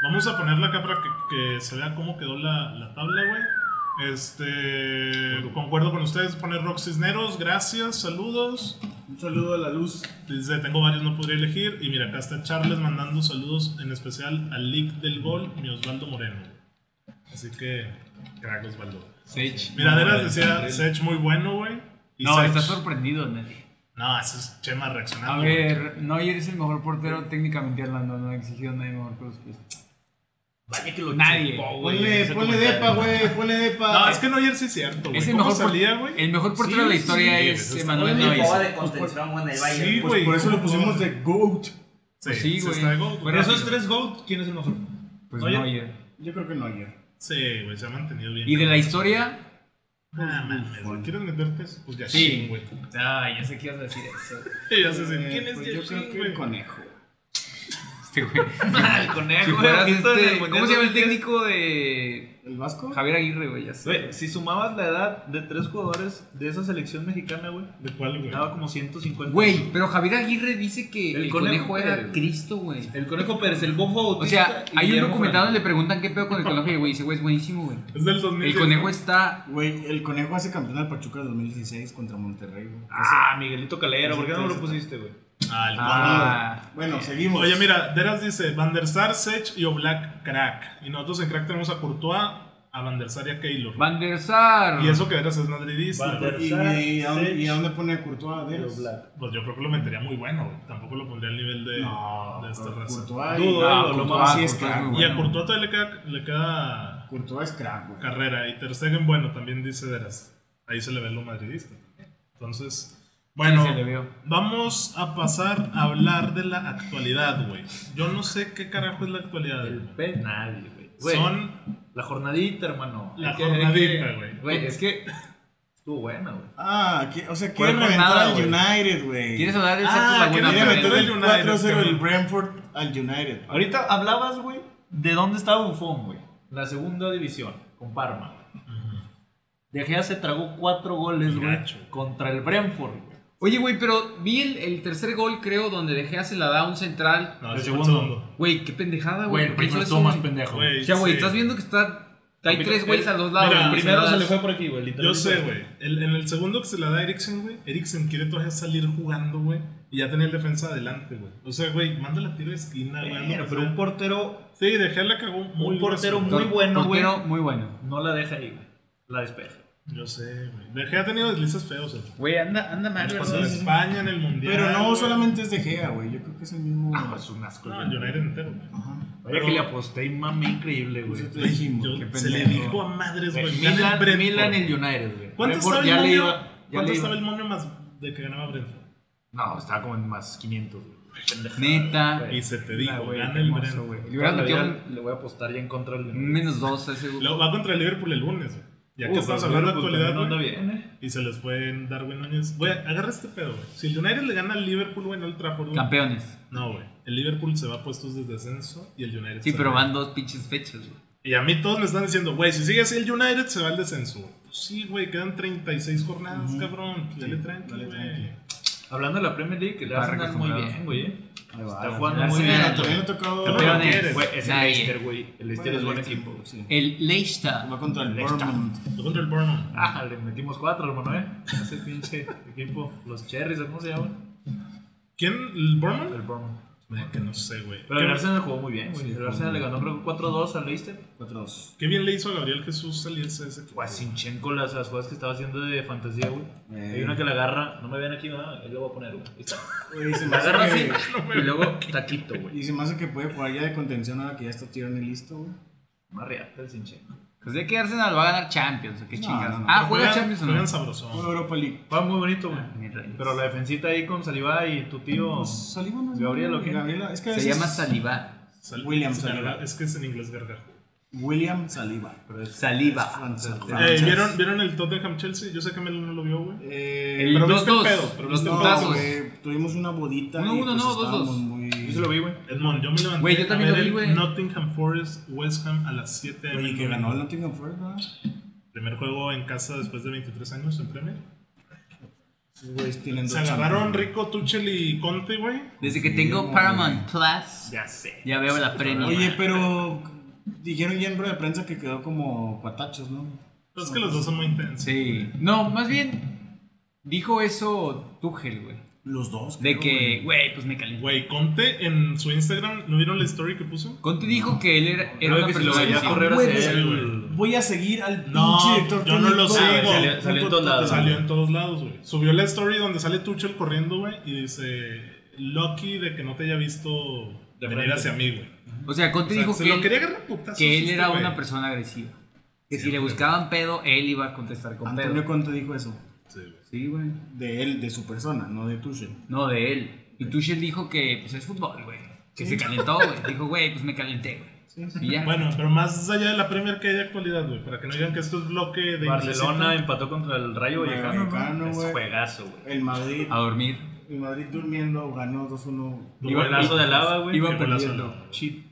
S1: Vamos a ponerla acá para que, que se vea cómo quedó la, la tabla, güey. Este, concuerdo con ustedes, pone Rox Cisneros, gracias, saludos.
S3: Un saludo a la luz.
S1: Dice, tengo varios, no podría elegir. Y mira, acá está Charles mandando saludos, en especial al Lick del Gol, mi Osvaldo Moreno. Así que, crack Osvaldo.
S4: Sage.
S1: Mira, Deras decía, Sech muy bueno, güey. Y
S4: No,
S1: Sech-
S4: está sorprendido, Nelly.
S1: No, ese es Chema reaccionando.
S7: A
S1: güey.
S7: ver, Neuer es el mejor portero técnicamente hablando, no ha exigido nadie mejor que los pies.
S2: Vaya que lo
S4: Nadie.
S2: chupó, güey,
S3: Ponle,
S2: ese
S3: ponle
S2: comentario.
S3: depa, güey. Ponle depa.
S1: No, es que no ayer sí es cierto, güey.
S4: Es el
S1: ¿Cómo
S4: mejor por-
S1: salía, güey?
S4: El mejor portero de la historia
S1: sí,
S4: es
S1: eso es-
S4: Emanuel
S8: Oye,
S4: Neuer.
S8: Boba de contención, güey, en el Bayern.
S1: Sí,
S3: Pues
S1: güey.
S3: por eso lo pusimos de GOAT.
S1: Sí,
S4: sí,
S1: se
S4: güey.
S1: está de gol, güey.
S4: Fuera-
S2: De esos tres GOAT, ¿quién es el mejor?
S4: Pues
S2: Oye.
S4: Neuer.
S3: Yo creo que no ayer.
S1: Sí, güey, se ha mantenido bien.
S4: Y de la historia.
S1: Ah, mames, güey. ¿Quieres meterte eso? Pues ya
S4: Sí.
S1: sí, güey.
S4: Ay, Ah, ya sé que ibas a decir eso.
S1: Y ya se dice,
S3: Eh,
S1: ¿Quién es
S3: pues
S1: Yashin,
S3: Yo creo que el
S1: güey?
S3: conejo.
S4: Este güey.
S2: Ah, El conejo.
S4: Si fueras
S2: güey, visto en el
S4: este.
S2: mundial
S4: ¿Cómo se llama el técnico de
S3: ¿El vasco?
S4: Javier Aguirre, güey? Ya sé.
S2: Güey, si sumabas la edad de tres jugadores de esa selección mexicana, güey,
S1: ¿De cuál, güey?
S2: daba como 150.
S4: Güey, pero Javier Aguirre dice que el,
S2: El
S4: conejo,
S2: conejo
S4: era
S2: Pérez, güey.
S4: Cristo, güey.
S2: El Conejo Pérez, el Bofo
S4: O
S2: Bautista
S4: sea,
S2: y
S4: hay un
S2: Guillermo
S4: documental donde
S2: Franco.
S4: le preguntan qué pedo con el conejo y el güey dice, güey, es buenísimo, güey.
S1: Es del 2000.
S4: El conejo está.
S3: Güey, el conejo hace campeón al Pachuca 2016 contra Monterrey, güey.
S2: Ah, Miguelito Calero, ¿por qué no lo
S3: Entonces-
S2: pusiste, güey?
S1: Ah, el
S4: Ah,
S3: Bueno, seguimos.
S1: Oye, mira, Deras dice, Van der Sar, Sech y Oblak, crack. Y nosotros en crack tenemos a Courtois, a Van der Sar y a Keylor.
S4: Van der Sar.
S1: Y eso que Deras es madridista.
S8: Van der-
S1: güey.
S3: ¿Y, y, a, dónde- y a dónde pone a Courtois? ¿A Deras?
S1: Pues yo creo que lo metería muy bueno, güey. Tampoco lo pondría al nivel de,
S3: No,
S1: de esta
S3: pero
S1: raza.
S3: Courtois.
S2: Dudo,
S3: no,
S2: eh, lo- lo
S3: Courtois
S4: más-
S3: sí es
S4: Courtois
S3: crack.
S4: es muy
S3: güey.
S1: Y a
S4: Bueno.
S1: Courtois todavía le queda, le queda
S3: Courtois es crack, güey.
S1: carrera. Y Ter Stegen, bueno, también dice Deras. Ahí se le ve lo madridista. Entonces, bueno,
S4: Sí, se le vio.
S1: vamos a pasar a hablar de la actualidad, güey. Yo no sé qué carajo es la actualidad.
S2: El
S1: güey.
S2: P, nadie, güey. Güey,
S1: Son
S2: la jornadita, hermano.
S1: la
S2: Es que-
S1: jornadita,
S2: es
S1: güey.
S2: que- Güey, es que estuvo buena, güey.
S3: Ah, que- o sea,
S4: Fue
S3: quiere reventar
S4: nada,
S3: al
S4: güey.
S3: United, güey.
S4: ¿Quieres hablar del
S1: Ah,
S4: Santos
S1: que
S4: Laguna?
S1: viene a
S3: Quiere
S1: meter
S3: meter
S4: Pero-
S1: el
S3: el
S1: United,
S3: 4-0 el
S1: cabrón.
S3: Brentford al United.
S2: Ahorita hablabas, güey, de dónde estaba Buffon, güey. La segunda división, con Parma. De Gea se tragó cuatro goles, güey,
S1: Gacho.
S2: contra el Brentford. güey.
S4: Oye, güey, pero vi el, el tercer gol, creo, donde De Gea se la da a un central.
S1: No,
S2: El
S1: ese fue el
S2: segundo.
S1: segundo.
S4: Güey, qué pendejada,
S2: Güey,
S4: güey.
S2: el
S4: ¿Por qué
S2: primero
S4: hizo
S2: estuvo más
S4: eso, güey?
S2: pendejo.
S1: Güey,
S4: O sea, güey,
S1: sí.
S4: estás viendo que está. Hay
S2: Mira,
S4: tres güeyes a los lados.
S1: mira,
S4: güey,
S1: el
S2: Primero se
S4: las-
S2: le fue por aquí, güey,
S1: Yo
S2: literalmente.
S1: sé, güey. El- en el segundo que se la da Eriksen, güey, Eriksen quiere todavía salir jugando, güey. Y ya tenía el defensa adelante, güey. O sea, güey, mándala tiro de esquina, güey.
S2: Bueno,
S1: anda
S2: pero
S1: pasando.
S2: un portero,
S1: Sí, dejé la cagó muy
S2: un portero
S1: grueso,
S2: muy
S1: güey.
S2: bueno, güey,
S4: Portero muy bueno.
S2: no la deja ahí, güey. La despeja.
S1: Yo sé, güey. Dejé ha tenido deslices feos, güey.
S4: Güey, anda, anda mal,
S1: Contra España en el Mundial.
S3: Pero no
S1: güey.
S3: solamente es de Gea, güey. Yo creo que es el mismo.
S2: Ah, es un asco.
S1: No,
S2: güey.
S1: el United entero, güey.
S3: Ajá.
S2: Oye, que le aposté y mame increíble, güey.
S3: Nosotros dijimos,
S1: Yo-
S3: qué
S1: se le
S3: pendejo.
S1: dijo a madres, güey. gana el
S4: Milan,
S1: Brentford.
S4: Milan el United, güey.
S1: ¿Cuánto
S4: Brentford
S1: estaba el
S4: ya le
S1: momio?
S4: iba- ya
S1: ¿Cuánto
S4: le
S1: estaba
S4: iba.
S1: el momio más de que ganaba Brentford?
S2: No, estaba como en más 500, güey. Pendejada,
S4: Neta.
S2: güey.
S1: Y se te
S2: Nah,
S1: dijo,
S2: güey,
S1: gana
S2: qué
S1: el
S2: hermoso,
S1: Brentford.
S2: güey.
S4: Le hubiera
S2: Toda la vida
S4: metido- Mm.
S2: le voy a apostar ya en contra del
S4: Menos dos a ese güey.
S1: Luego va contra el Liverpool el lunes, güey. Ya que
S2: Uh,
S1: estamos
S2: pues,
S1: hablando de
S2: Liverpool
S1: actualidad,
S2: también
S1: güey.
S2: anda bien, eh.
S1: Y se les fue en Darwin Núñez. Güey, agarra este pedo, güey. Si el United le gana al Liverpool, güey, no el Trafford, güey.
S4: Campeones.
S1: No, güey. El Liverpool se va a puestos de descenso y el United
S4: Sí,
S1: se
S4: pero
S1: va.
S4: van dos pinches fechas, güey.
S1: Y a mí todos me están diciendo, güey, si sigue así el United se va al descenso. güey. Pues sí, güey, quedan 36 jornadas, cabrón. Dale tranqui,
S3: dale
S1: güey.
S3: tranqui.
S2: Hablando de la Premier League, que le
S4: Está
S2: hacen muy
S4: acostumbrado.
S2: bien, güey. eh.
S3: Ahí va,
S2: Está
S3: ahí
S2: jugando
S3: va.
S4: muy
S3: Sí,
S4: bien.
S3: pero También le ha tocado.
S1: Campeones.
S3: Bueno,
S1: quieres?
S2: Güey, es el
S4: Nadie.
S2: Leicester, güey. El Leicester Este es buen
S3: Leicester,
S2: equipo. güey.
S3: sí.
S4: El Leicester.
S3: Va contra el
S2: Leicester.
S3: Bournemouth.
S1: Fue contra el Bournemouth.
S2: Ah, le metimos cuatro, hermano, eh. Ese pinche equipo. Los Cherries, ¿cómo se llaman?
S1: ¿Quién? ¿El Bournemouth?
S2: El Bournemouth.
S1: Mira que no sé, güey.
S2: Pero el
S1: ¿Qué,
S2: Arsenal jugó muy bien, güey. el Arsenal le ganó creo que 4-2 al Leicester.
S3: 4-2.
S1: qué bien le hizo a Gabriel Jesús salirse de ese equipo.
S2: Guay, Sinchenko, las, las jugadas que estaba haciendo de fantasía, güey.
S3: Eh.
S2: Hay una que la agarra, no me vean aquí, nada, él lo voy a poner, güey. Ahí está.
S3: Y se me
S2: La
S3: hace
S2: agarra así
S3: que-
S2: y luego taquito, güey.
S3: Y se me hace que puede jugar ya de contención ahora que ya está tirando y listo, güey.
S2: Más reata el Sinchenko.
S4: Pues de que Arsenal va a ganar Champions, o qué
S3: No,
S4: chingas.
S3: no, no.
S4: Ah,
S1: Pero
S4: juega
S1: juegan-
S4: Champions o no.
S1: Juegan sabrosón.
S3: Una Europa League.
S2: Fue muy bonito, güey.
S3: Ah,
S4: Mi rey.
S2: Pero la defensita ahí con Saliba y tu tío.
S3: Saliba no es
S2: Gabriel, ¿o qué?
S3: Gabriela, es que a
S4: Se
S3: veces-
S4: llama Saliba.
S1: Sal-
S3: William
S1: es,
S3: Saliba.
S1: garga- es que es en inglés gargajo.
S3: William Saliba.
S4: Saliba.
S3: Francés.
S4: Ah,
S1: Eh, ¿vieron, ¿Vieron el Tottenham Chelsea? Yo sé que Mel no lo vio, güey.
S3: Eh,
S4: El
S1: pero viste
S4: 2-2.
S1: el pedo, pero
S4: Los
S1: viste el
S3: no,
S1: pedo.
S4: putazos.
S3: güey, tuvimos una bodita.
S4: Uno,
S3: y,
S4: uno,
S3: pues,
S4: no, dos,
S3: estábamos
S4: dos.
S3: Muy...
S2: Yo se lo vi, güey.
S1: Edmond, yo me levanté.
S4: Güey, yo también
S1: a
S4: lo
S1: ver
S4: vi,
S1: el
S4: güey.
S1: Nottingham Forest, West Ham a las 7 de
S3: Oye, que ganó el Nottingham Forest, ¿verdad?
S1: Primer juego en casa después de 23 años en Premier.
S3: Esos güeyes tienen
S1: Se
S3: dos
S1: agarraron
S3: champions.
S1: Rico, Tuchel y Conte, güey.
S4: Desde que tengo
S3: güey.
S4: Paramount Plus,
S2: Ya sé.
S4: ya veo la Premier.
S3: Oye, pero dijeron ya en rueda de prensa que quedó como cuatachos, ¿no?
S1: Es que los dos son muy intensos.
S4: Sí. No, más bien dijo eso Tuchel, güey.
S3: Los dos.
S4: De
S3: creo,
S4: que,
S3: güey.
S4: güey, pues me calenté.
S1: Güey, Conte en su Instagram, ¿no vieron la story que puso?
S4: Conte dijo que él era, era
S2: Creo
S4: una
S2: que se lo
S4: persona sensible.
S2: veía correr
S3: Güey,
S2: hacia
S1: sí,
S2: él.
S1: güey.
S3: Voy a seguir al
S1: No,
S3: pinche director.
S1: yo no lo
S3: técnico.
S1: sigo.
S2: Ah, Salió- salió en todos lados.
S1: Salió en todos lados, güey. Subió la story donde sale Tuchel corriendo, güey, y dice, Lucky de que no te haya visto
S2: De
S1: venir
S2: frente.
S1: hacia mí, güey.
S4: O sea, Conte
S1: O sea,
S4: dijo
S1: se
S4: que,
S1: lo
S4: él-
S1: quería agarrar a putazos
S4: que él
S1: este
S4: era
S1: güey.
S4: una persona agresiva. Que si
S1: Siempre.
S4: le buscaban pedo, él iba a contestar con
S3: Antonio
S4: pedo.
S3: Conte dijo eso.
S1: Sí, güey.
S4: Sí, güey.
S3: De él, de su persona, no de Tuchel.
S4: No, de él. Y Tuchel dijo que, pues es fútbol, güey. Que se calentó, güey. Dijo, güey, pues me calenté, güey. Y ya.
S1: Bueno, pero más allá de la Premier que hay de actualidad, güey, para que no digan que esto es bloque de
S2: Barcelona empató contra el Rayo Vallecano.
S3: Vallecano,
S2: ¿no? Es
S3: güey.
S2: juegazo, güey.
S3: El Madrid,
S4: A dormir.
S3: el Madrid durmiendo ganó 2-1.
S1: Iba-
S2: Iba golazo de lava, güey.
S4: Iba
S1: Qué golazo,
S4: perdiendo.
S2: Chip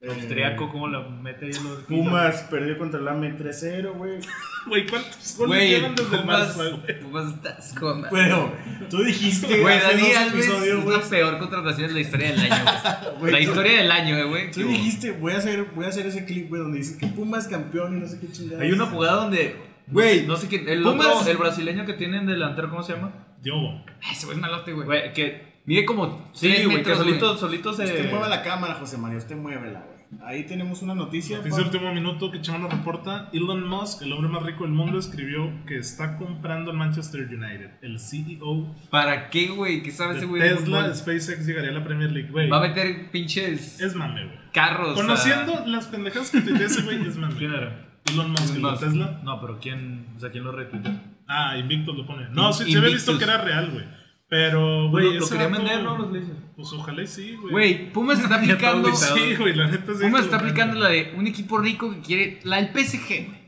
S3: Eh,
S2: austriaco, ¿cómo la mete ahí los
S3: Pumas perdió contra el AME 3-0, güey.
S1: Güey, ¿cuántos goles
S4: Güey,
S1: llevan desde el
S4: Pumas,
S1: marzo, güey?
S4: Pumas estás coma.
S3: Pero tú dijiste
S4: Güey,
S3: hace
S4: Dani
S3: dos
S4: Alves
S3: episodios,
S4: es
S3: güey.
S4: la peor contratación de la historia del año, güey.
S3: Güey,
S4: La
S3: tú-
S4: historia del año, eh, güey.
S3: Tú dijiste, voy a hacer, voy a hacer ese clip, güey, donde dices que Pumas campeón y no sé qué chingada.
S2: Hay una jugada donde.
S4: Güey,
S2: No sé quién. El,
S4: Pumas-
S2: otro, el brasileño que tienen delantero, ¿cómo se llama?
S1: Diogo.
S4: Ah, Ese güey es malote, güey.
S2: Güey, que.
S4: Mide como
S2: Sí,
S4: tres
S2: güey, que
S4: metros, güey.
S2: solito, solito se.
S3: Usted mueve la cámara, José María, usted muévela, güey. Ahí tenemos una noticia.
S1: Noticia de
S3: pa-
S1: último minuto que Chema nos reporta. Elon Musk, el hombre más rico del mundo, escribió que está comprando el Manchester United. El E CEO
S4: ¿Para qué, güey? ¿Qué sabe ese
S1: de
S4: Ah, güey? de
S1: Tesla,
S4: fútbol?
S1: SpaceX llegaría a la Premier League, güey.
S4: Va a meter pinches
S1: Es mame, güey.
S4: carros. a-
S1: Conociendo las pendejas que te dice ese güey, es
S2: ¿Quién
S1: mame.
S2: era?
S1: Elon Musk, el de
S2: Musk.
S1: Tesla.
S2: No, pero ¿quién? O sea, ¿quién lo retuiteó?
S1: Ah, Invictus lo pone. No, sí, se
S4: Invictus.
S1: había visto que era real, güey. Pero, güey,
S2: lo
S1: ese
S2: quería
S1: vato,
S2: vender, ¿no? Los Blazers.
S1: Pues ojalá y sí, güey.
S4: Güey, Pumas está aplicando.
S2: todo
S1: Sí, güey, la neta sí.
S4: Pumas está aplicando la de un equipo rico que quiere. La del PSG, güey.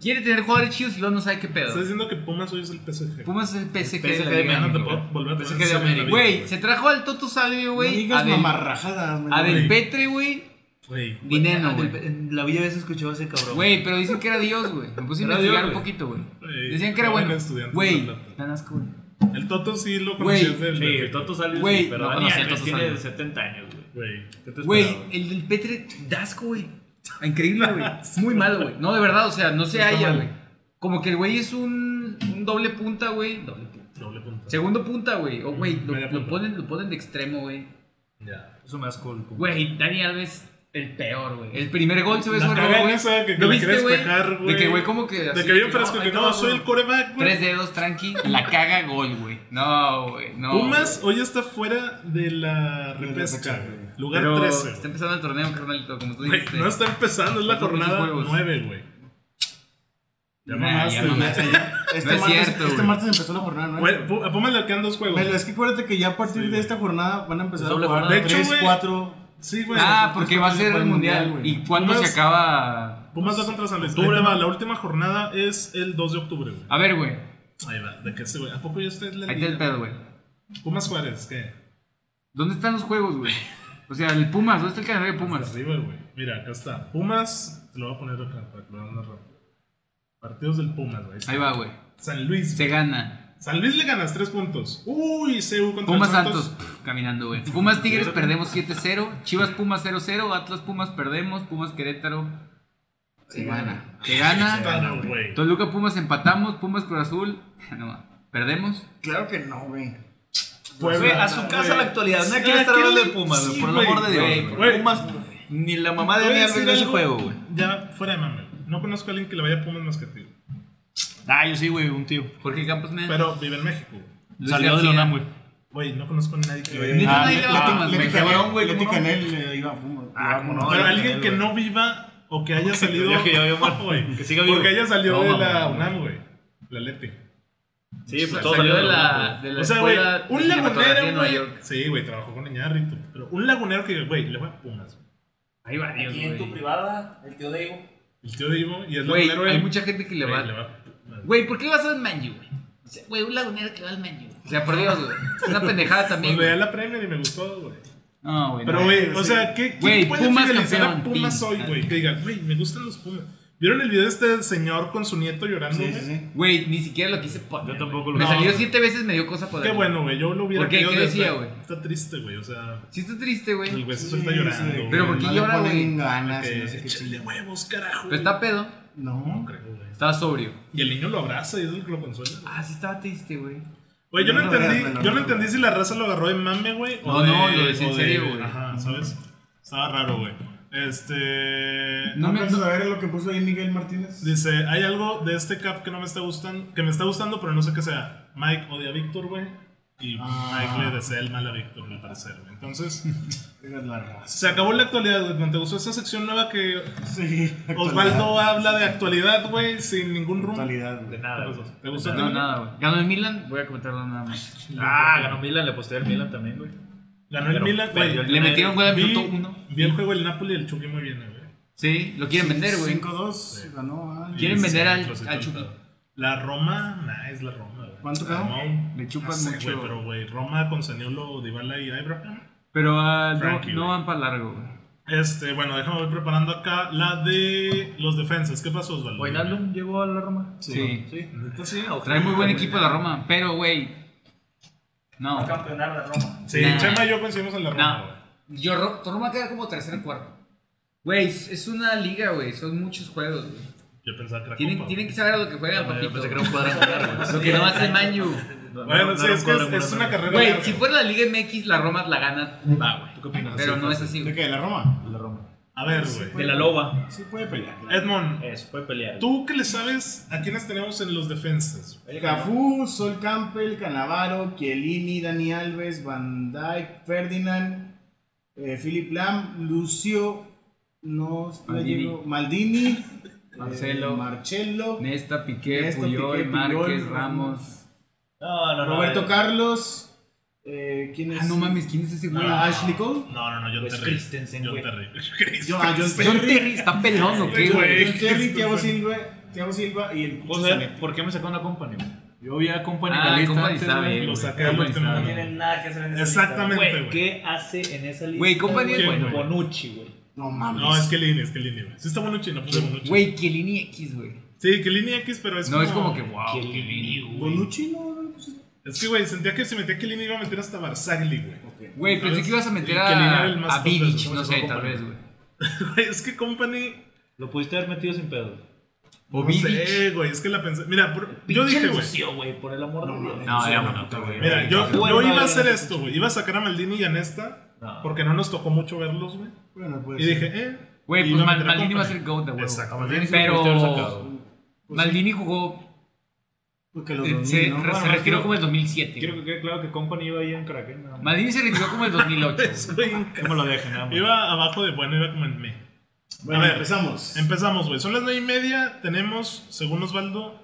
S4: Quiere tener jugadores chidos y luego no sabe qué pedo.
S1: Está diciendo que Pumas hoy es el PSG.
S4: Pumas es el PSG, de
S2: PSG
S4: la
S2: de
S4: Liga
S1: Ya no te
S4: Mexicana.
S1: puedo volver a
S2: PSG
S1: tener
S2: de
S1: esa
S2: América.
S1: vida,
S4: Güey, se trajo al Toto Salvio,
S3: no
S4: güey.
S3: digas
S4: a Del-
S3: mamarrajadas, güey.
S4: a Del
S1: güey.
S4: Petre, güey.
S1: Güey,
S4: Dinero,
S2: Ah,
S4: güey.
S2: del- en La vida habías escuchado a ese cabrón.
S4: Güey, pero dicen que era Dios, güey. Me puse a
S2: Era
S4: investigar
S2: Dios,
S4: un
S2: güey.
S4: poquito, güey.
S1: Güey,
S4: Decían que era
S1: joven
S4: bueno.
S1: estudiante
S4: Güey,
S1: de La Plata.
S4: tan asco, güey.
S1: El Toto sí lo
S4: Güey,
S1: conocías del.
S2: Sí, el Toto salió.
S4: Güey,
S2: pero
S4: no
S2: Dani
S4: conocía al
S2: Alves
S4: Toto
S2: tiene
S4: Salvio.
S2: 70 años, güey.
S1: Güey.
S2: ¿Qué te
S4: Güey,
S2: esperaba?
S4: el del Petre, dasco, güey. Ah, Increíble, güey. Muy malo, güey. No, de verdad, o sea, no se halla, güey. Como que el güey es un, un doble punta, güey. Doble punta.
S1: Doble punto.
S4: Segundo punta, güey. O, güey, lo,
S1: Media
S4: lo
S1: punta.
S4: ponen, lo ponen de extremo, güey.
S1: Ya.
S2: Eso me da asco. el Pumas.
S4: Güey, Dani Alves, el peor, güey. El primer gol se ve
S1: La
S4: su error,
S1: caga en
S4: güey.
S1: esa que- que
S4: ¿Lo
S1: la
S4: viste,
S1: quiere
S4: güey?
S1: despejar, güey.
S4: De que, güey, como que.
S1: De
S4: así,
S1: que bien
S4: no,
S1: fresco,
S4: ahí
S1: que
S4: te
S1: no,
S4: va,
S1: soy
S4: güey.
S1: el coreback, güey.
S4: Tres dedos, tranqui. La caga gol, güey. No, güey. No.
S1: Pumas hoy está fuera de la
S3: Del
S1: repesca,
S3: repechaje,
S1: güey.
S3: güey.
S1: Lugar
S4: Pero
S1: 13.
S4: está empezando el torneo, carnalito, como tú
S1: Güey,
S4: dijiste.
S1: no está empezando, es la
S4: Faltan
S1: jornada
S4: muchos juegos.
S1: 9, güey. Ya
S4: Nah,
S1: mamaste,
S4: Ah, ya
S1: güey.
S4: mamaste.
S3: Este,
S4: No es
S3: martes,
S4: cierto,
S3: este
S4: güey.
S3: martes empezó la jornada, ¿no?
S1: Güey, Pu- a Pumas le quedan dos juegos.
S3: Pero es que acuérdate que ya a partir
S1: Sí,
S3: de
S1: güey.
S3: esta jornada van a empezar a
S2: Doble
S3: jugar
S1: jornada. De hecho,
S3: 3,
S1: güey.
S3: 4.
S1: Sí, güey.
S4: Ah, porque va a ser
S3: Para
S4: el
S3: el
S4: mundial,
S3: Mundial,
S4: ¿Y cuándo
S1: Pumas-
S4: se acaba?
S1: Pumas va contra San Luis. Ahí te va, la última jornada es el 2 de octubre, güey.
S4: A ver, güey.
S1: Ahí va, de que ese, güey. ¿A poco ya está en la
S4: Ahí está el
S1: liga?
S4: pedo, güey.
S1: Pumas Juárez, ¿qué?
S4: ¿Dónde están los juegos, güey? O sea, el Pumas, ¿dónde está el calendario de
S1: Hasta
S4: Pumas?
S1: Pues Arriba, güey. Mira, acá está. Pumas, te lo voy a poner acá para que lo vean más rápido. Partidos del Pumas, güey.
S4: Ahí va, güey.
S1: San Luis.
S4: Se gana.
S1: San Luis le ganas 3 puntos. Uy, CU contra
S4: Pumas
S1: el
S4: Santos, pf, caminando, güey. Pumas Tigres perdemos 7-0. Chivas Pumas 0-0. Atlas Pumas perdemos. Pumas Querétaro. Se gana. Se
S1: Se
S4: gana.
S1: gana, güey.
S4: Toluca Pumas empatamos. Pumas Cruz Azul. No, perdemos.
S3: Claro que no, güey.
S1: Puebla.
S2: Güey, a su casa la actualidad. No
S1: Ah,
S2: quieres estar hablando de
S1: ¿quién-
S2: Pumas, güey,
S1: sí,
S2: por el
S1: güey,
S2: amor de
S1: güey,
S2: Dios. güey.
S1: güey.
S2: Pumas, ni la mamá
S1: Te
S2: de
S1: voy a
S2: Daniel
S1: decir
S2: vio ese
S1: algo,
S2: juego, güey.
S1: Ya, fuera de mame. No conozco a alguien que le vaya a Pumas más que a ti.
S2: Ah, yo sí, güey, un tío.
S4: Jorge Campos me.
S1: Pero vive en México. güey.
S4: Luis
S2: Salió de la
S4: García.
S2: UNAM, güey.
S1: Güey, no conozco a nadie que le vaya a Pumas.
S3: Eh, Leti-
S4: Ah, le-
S3: Leti-
S4: ah,
S3: Leti
S2: me
S3: Canel-
S2: cabrón, güey,
S3: Leti
S2: ¿cómo no?
S3: Canel eh, iba a Pumas.
S2: Ah,
S3: Iba a
S2: ¿cómo
S3: Pumas.
S2: no?
S1: Pero
S2: Oye,
S1: alguien que no viva o que haya salido.
S2: Ya que ya vio mal.
S1: güey.
S2: Que siga vivo.
S1: Porque haya salido
S2: No,
S1: de
S2: mamá,
S1: la
S2: güey.
S1: UNAM, güey. La Leti.
S2: Sí, pues todo
S4: salió de
S2: UNAM, güey.
S4: la, de la
S1: O sea, güey,
S4: escuela de
S1: un
S4: cinematografía
S1: lagunero.
S4: en Nueva
S1: güey.
S4: York.
S1: Sí, güey, trabajó con Iñárritu. Pero un lagunero que, güey, le va a Pumas. güey.
S4: Hay varios,
S8: Aquí en tu
S4: güey.
S8: privada, el tío Dave.
S1: El tío Divo y es
S4: Güey,
S1: lagunero.
S4: hay
S1: güey.
S4: mucha gente que le
S1: Güey,
S4: va.
S1: a Pumas.
S4: Güey, ¿por qué le vas al Manju, güey? O sea, Güey, un lagunero que va al Manju. O sea, por Dios, güey. Es una pendejada
S1: Pues
S4: también.
S1: veía
S4: güey.
S1: la Premier y me gustó, güey.
S7: No, güey.
S1: Pero,
S7: no.
S1: güey, o sea, ¿qué, quién
S4: Güey,
S1: puede
S4: Pumas
S1: fidelizar a
S4: campeón,
S1: Pumas
S4: pin.
S1: hoy, güey? Que digan, güey, me gustan los Pumas. ¿Vieron el video de este señor con su nieto llorando,
S3: Sí,
S1: güey?
S3: sí, sí.
S4: Güey, ni siquiera lo quise poner.
S6: Yo
S4: güey.
S6: tampoco lo
S4: Me
S6: quise.
S4: salió siete veces, me dio cosa poder.
S1: Qué bueno, güey, yo lo hubiera
S4: ¿Por qué?
S1: querido
S4: ¿Qué
S1: de-
S4: decía, güey?
S1: Está triste, güey, o sea,
S4: Sí, está triste,
S1: el
S4: güey.
S1: güey se
S3: Sí,
S1: suelta
S3: sí,
S1: llorando,
S3: sí.
S1: güey.
S4: Pero ¿por qué
S3: No le
S4: llora,
S3: ponen
S4: güey?
S3: ganas y no sé
S1: Porque
S3: qué
S1: échale
S3: chingada.
S1: huevos, carajo.
S4: Pero está pedo.
S1: No
S3: No.
S1: creo, güey.
S4: Estaba sobrio.
S1: Y el niño lo abraza y es el que lo consuela. güey.
S4: Ah, sí, estaba triste, güey.
S1: Güey, yo no,
S3: No, no,
S1: entendí,
S3: no, no,
S1: yo no
S3: no.
S1: entendí si la raza lo agarró de mame, güey. o
S4: No, no,
S1: de-
S4: lo decía en
S1: o de-
S4: serio, güey.
S1: Ajá, ¿sabes? Estaba raro, güey. Este...
S3: No
S7: No
S3: me
S7: me-
S3: a ver lo que puso ahí Miguel Martínez.
S1: Dice, hay algo de este cap que no me está gustando, que me está gustando, pero no sé qué sea. Mike odia a Víctor, güey. Y
S3: Ah.
S1: Mike le desea el mal a Víctor, al parecer, güey. Entonces,
S3: Vergas la raza.
S1: se acabó la actualidad, güey. ¿No ¿Te gustó esta sección nueva que
S3: Sí.
S1: Osvaldo habla de actualidad, güey, sin ningún rumbo?
S3: Totalidad.
S6: De
S3: güey.
S6: nada. güey.
S1: ¿Te gustó?
S4: No, nada, güey. Ganó el Milan, voy a comentarlo nada más.
S6: Ah, ganó Milan, le posté al Milan también, güey.
S1: Ganó el
S6: Pero
S1: Milan, güey.
S6: perdió el-
S4: Le metieron gol al
S1: Vi,
S4: minuto uno.
S1: vi el juego del Napoli y el Chucky muy bien, eh, güey.
S4: Sí, lo quieren vender, güey.
S3: 5-2. Ganó. ah,
S4: ¿Quieren
S1: Y
S4: vender al-
S1: centros y
S4: al
S1: todo.
S4: Chucky?
S1: La Roma, nah, es la Roma, güey.
S3: ¿Cuánto
S1: La
S3: quedó?
S1: Roma,
S7: Le chupan
S1: no sé,
S7: mucho.
S1: güey, pero, güey, Roma con Saniolo, Dybala y Abraham.
S7: Pero ah, no-
S1: Frankie,
S7: no
S1: güey.
S7: van para largo, güey.
S1: Este, bueno, déjame ir preparando acá la de los defensas. ¿Qué pasó, Osvaldo?
S6: Wijnaldum llegó a la Roma.
S7: Sí.
S6: Sí.
S4: Trae muy buen equipo la Roma, pero, güey.
S8: Va a
S4: No.
S8: campeonar la Roma.
S1: Sí,
S4: Nah.
S1: Chema y yo coincidimos en la Roma. güey.
S4: No. Yo, Ro- Roma va a quedar como tercer cuarto. Güey, es es una liga, güey. Son muchos juegos, güey.
S1: Yo pensaba que era
S4: Tienen,
S1: Copa,
S4: tienen que
S1: güey.
S4: saber a lo que juegan,
S6: Yo
S4: papito.
S6: pensé que era un cuadrangular, güey.
S4: Lo que no hace Manju.
S1: Bueno,
S6: era
S1: sí, es
S6: un
S1: que es,
S6: cuadrangular,
S1: es una
S6: no.
S1: carrera.
S4: Güey,
S1: larga.
S4: si fuera la Liga MX, la Roma la gana. Va, güey.
S6: ¿Tú qué opinas?
S4: Pero no es así,
S3: ¿De
S4: güey.
S3: qué? ¿De la Roma?
S6: La Roma.
S1: A ver, güey.
S6: De la Loba.
S3: Sí puede pelear.
S1: Edmond,
S6: Eso, puede pelear.
S1: ¿tú qué le sabes a quiénes tenemos en los defensas?
S3: Cafú, Sol Campbell, Canavaro, Chiellini, Dani Alves, Van Dijk, Ferdinand, eh, Philip Lam, Lucio, no, no
S7: Maldini.
S3: llegó, Maldini,
S7: Marcelo.
S3: eh, Marcelo,
S7: Nesta, Piqué,
S3: Nesta,
S7: Puyol,
S3: Piqué, Puyol,
S7: Márquez,
S3: Ramos.
S7: Ramos.
S6: No, no, no.
S3: Roberto
S6: eh,
S3: Carlos, eh, ¿quién es?
S7: Ah, no mames, ¿quién es ese güey?
S3: Ah, Ashley Cole.
S1: No, no, no, John
S6: Pues
S1: Terry.
S6: Christensen,
S1: John
S6: güey.
S1: Terry.
S3: John, ah, John
S7: John
S3: Terry,
S7: Terry está pelón, ¿o qué, güey?
S3: John Terry, Thiago Silva, Thiago Silva y el
S6: ¿Puedo
S3: Cucho
S6: saber
S3: Zanetti.
S6: por qué me sacó una company? güey? Yo vi a company
S4: Ah,
S6: en la lista
S4: Company
S6: antes,
S4: está
S6: güey.
S4: bien,
S1: Lo
S4: güey.
S1: saqué al
S4: Company
S1: último
S4: está
S8: No
S1: minuto.
S4: bien.
S8: tienen nada que hacer en esa lista,
S1: Exactamente.
S6: Güey,
S1: güey.
S6: ¿qué hace en esa lista?
S4: Güey, Company es
S6: bueno.
S1: bueno.
S6: Bonucci, güey.
S3: No mames.
S1: No, es que línea, es que línea, güey. Sí está Bonucci, no puse Bonucci.
S4: Güey, Chiellini X, güey.
S1: Sí, que línea X, pero es
S4: No, es como que, wow.
S6: Chiellini,
S4: Chiellini, güey.
S3: Bonucci no, no, pues,
S1: Es que, güey, sentía que si metía que línea iba a meter hasta Barzagli, güey.
S3: ok.
S4: Güey, pensé que ibas a meter
S1: Chiellini era el
S4: a,
S1: más
S4: a Vidic,
S1: completo,
S4: no sé, tal
S1: Company.
S4: vez, güey.
S1: Güey, es que Company
S6: Lo pudiste haber metido sin pedo.
S4: O
S1: No
S4: Vidic.
S1: sé, güey, es que la pensé. Mira, por- yo dije, güey.
S6: Lucio, güey, por el amor de Dios.
S4: No,
S6: Lucio,
S4: ya
S6: güey.
S4: no, güey.
S1: Mira, yo,
S6: Bueno,
S1: yo iba a
S6: madre,
S1: hacer
S6: no.
S1: esto, güey. Iba a sacar a Maldini y a Nesta,
S6: No.
S1: porque no nos tocó mucho verlos, güey.
S3: Bueno, pues.
S1: Y dije, eh.
S4: Güey,
S1: y
S4: pues
S1: iba a
S4: Mal-
S1: meter a
S4: Maldini va a
S1: Company.
S4: ser GOAT de huevo.
S1: Exactamente.
S4: Pero-
S6: Pudiste haber sacado.
S4: Maldini jugó,
S3: Porque Pues los
S4: eh,
S3: 2000,
S4: se,
S3: ¿no?
S4: re-
S3: Bueno,
S4: se
S3: no,
S4: retiró como el 2007.
S6: Quiero
S4: güey.
S6: que quede claro que Company iba ahí en Kraken. nada más.
S4: Maldini se retiró como el 2008.
S1: Es, güey, en
S6: No me lo dejen, nada más.
S1: Iba abajo de bueno, iba como en me.
S3: Bueno, Em,
S1: A ver.
S3: empezamos.
S1: Empezamos, güey. Son las 9 y media. Tenemos, según Osvaldo,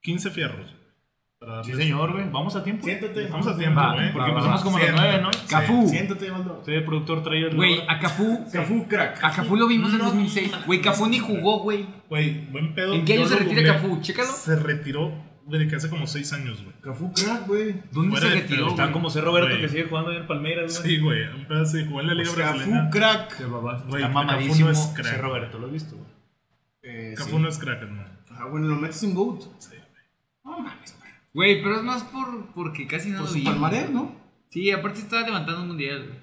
S1: 15 fierros. Para darle-
S6: Sí, señor, güey. Vamos a tiempo.
S3: Siéntate.
S1: Estamos a tiempo,
S6: Va,
S1: güey.
S6: porque
S1: Va,
S6: empezamos
S1: va,
S6: como a las
S1: siéntate.
S6: nueve, ¿no?
S1: Sí.
S7: Cafú.
S3: Siéntate, Osvaldo.
S6: Usted, productor, trae el
S4: Güey,
S6: reloj.
S4: a Cafú.
S3: Cafú, crack.
S4: A Cafú lo vimos en
S1: No
S4: 2006. Güey, Cafú ni jugó, güey.
S1: Güey, buen pedo.
S4: ¿En qué año
S1: Yo
S4: se
S1: lo
S4: retira
S1: googleé.
S4: Cafú? Chécalo.
S1: Se retiró, güey, de que hace como 6 años, güey.
S3: Cafú, crack, güey.
S4: ¿Dónde
S1: Fuera
S4: se
S1: de-
S4: retiró?
S1: está
S4: güey?
S6: Como sé Roberto
S1: Güey.
S6: que sigue jugando ahí en el Palmeiras, güey.
S1: Sí, güey. Un pedo así, jugó en
S4: Pues
S1: la Liga
S3: Pues Cafú,
S1: Brasileña.
S3: crack.
S1: Güey,
S6: Está
S1: Cafú no es
S6: mamadísimo.
S1: crack.
S6: José Roberto, lo he visto, güey.
S3: Eh,
S1: Cafú
S3: sí.
S1: no es crack, hermano.
S3: Ah, bueno, lo metes en Goat.
S1: Sí, güey.
S3: No mames, güey.
S4: Güey, pero es más por porque casi no
S3: Por
S4: lo
S3: su
S4: vi.
S3: palmarés, ¿no?
S4: Sí, aparte estaba levantando un mundial, güey.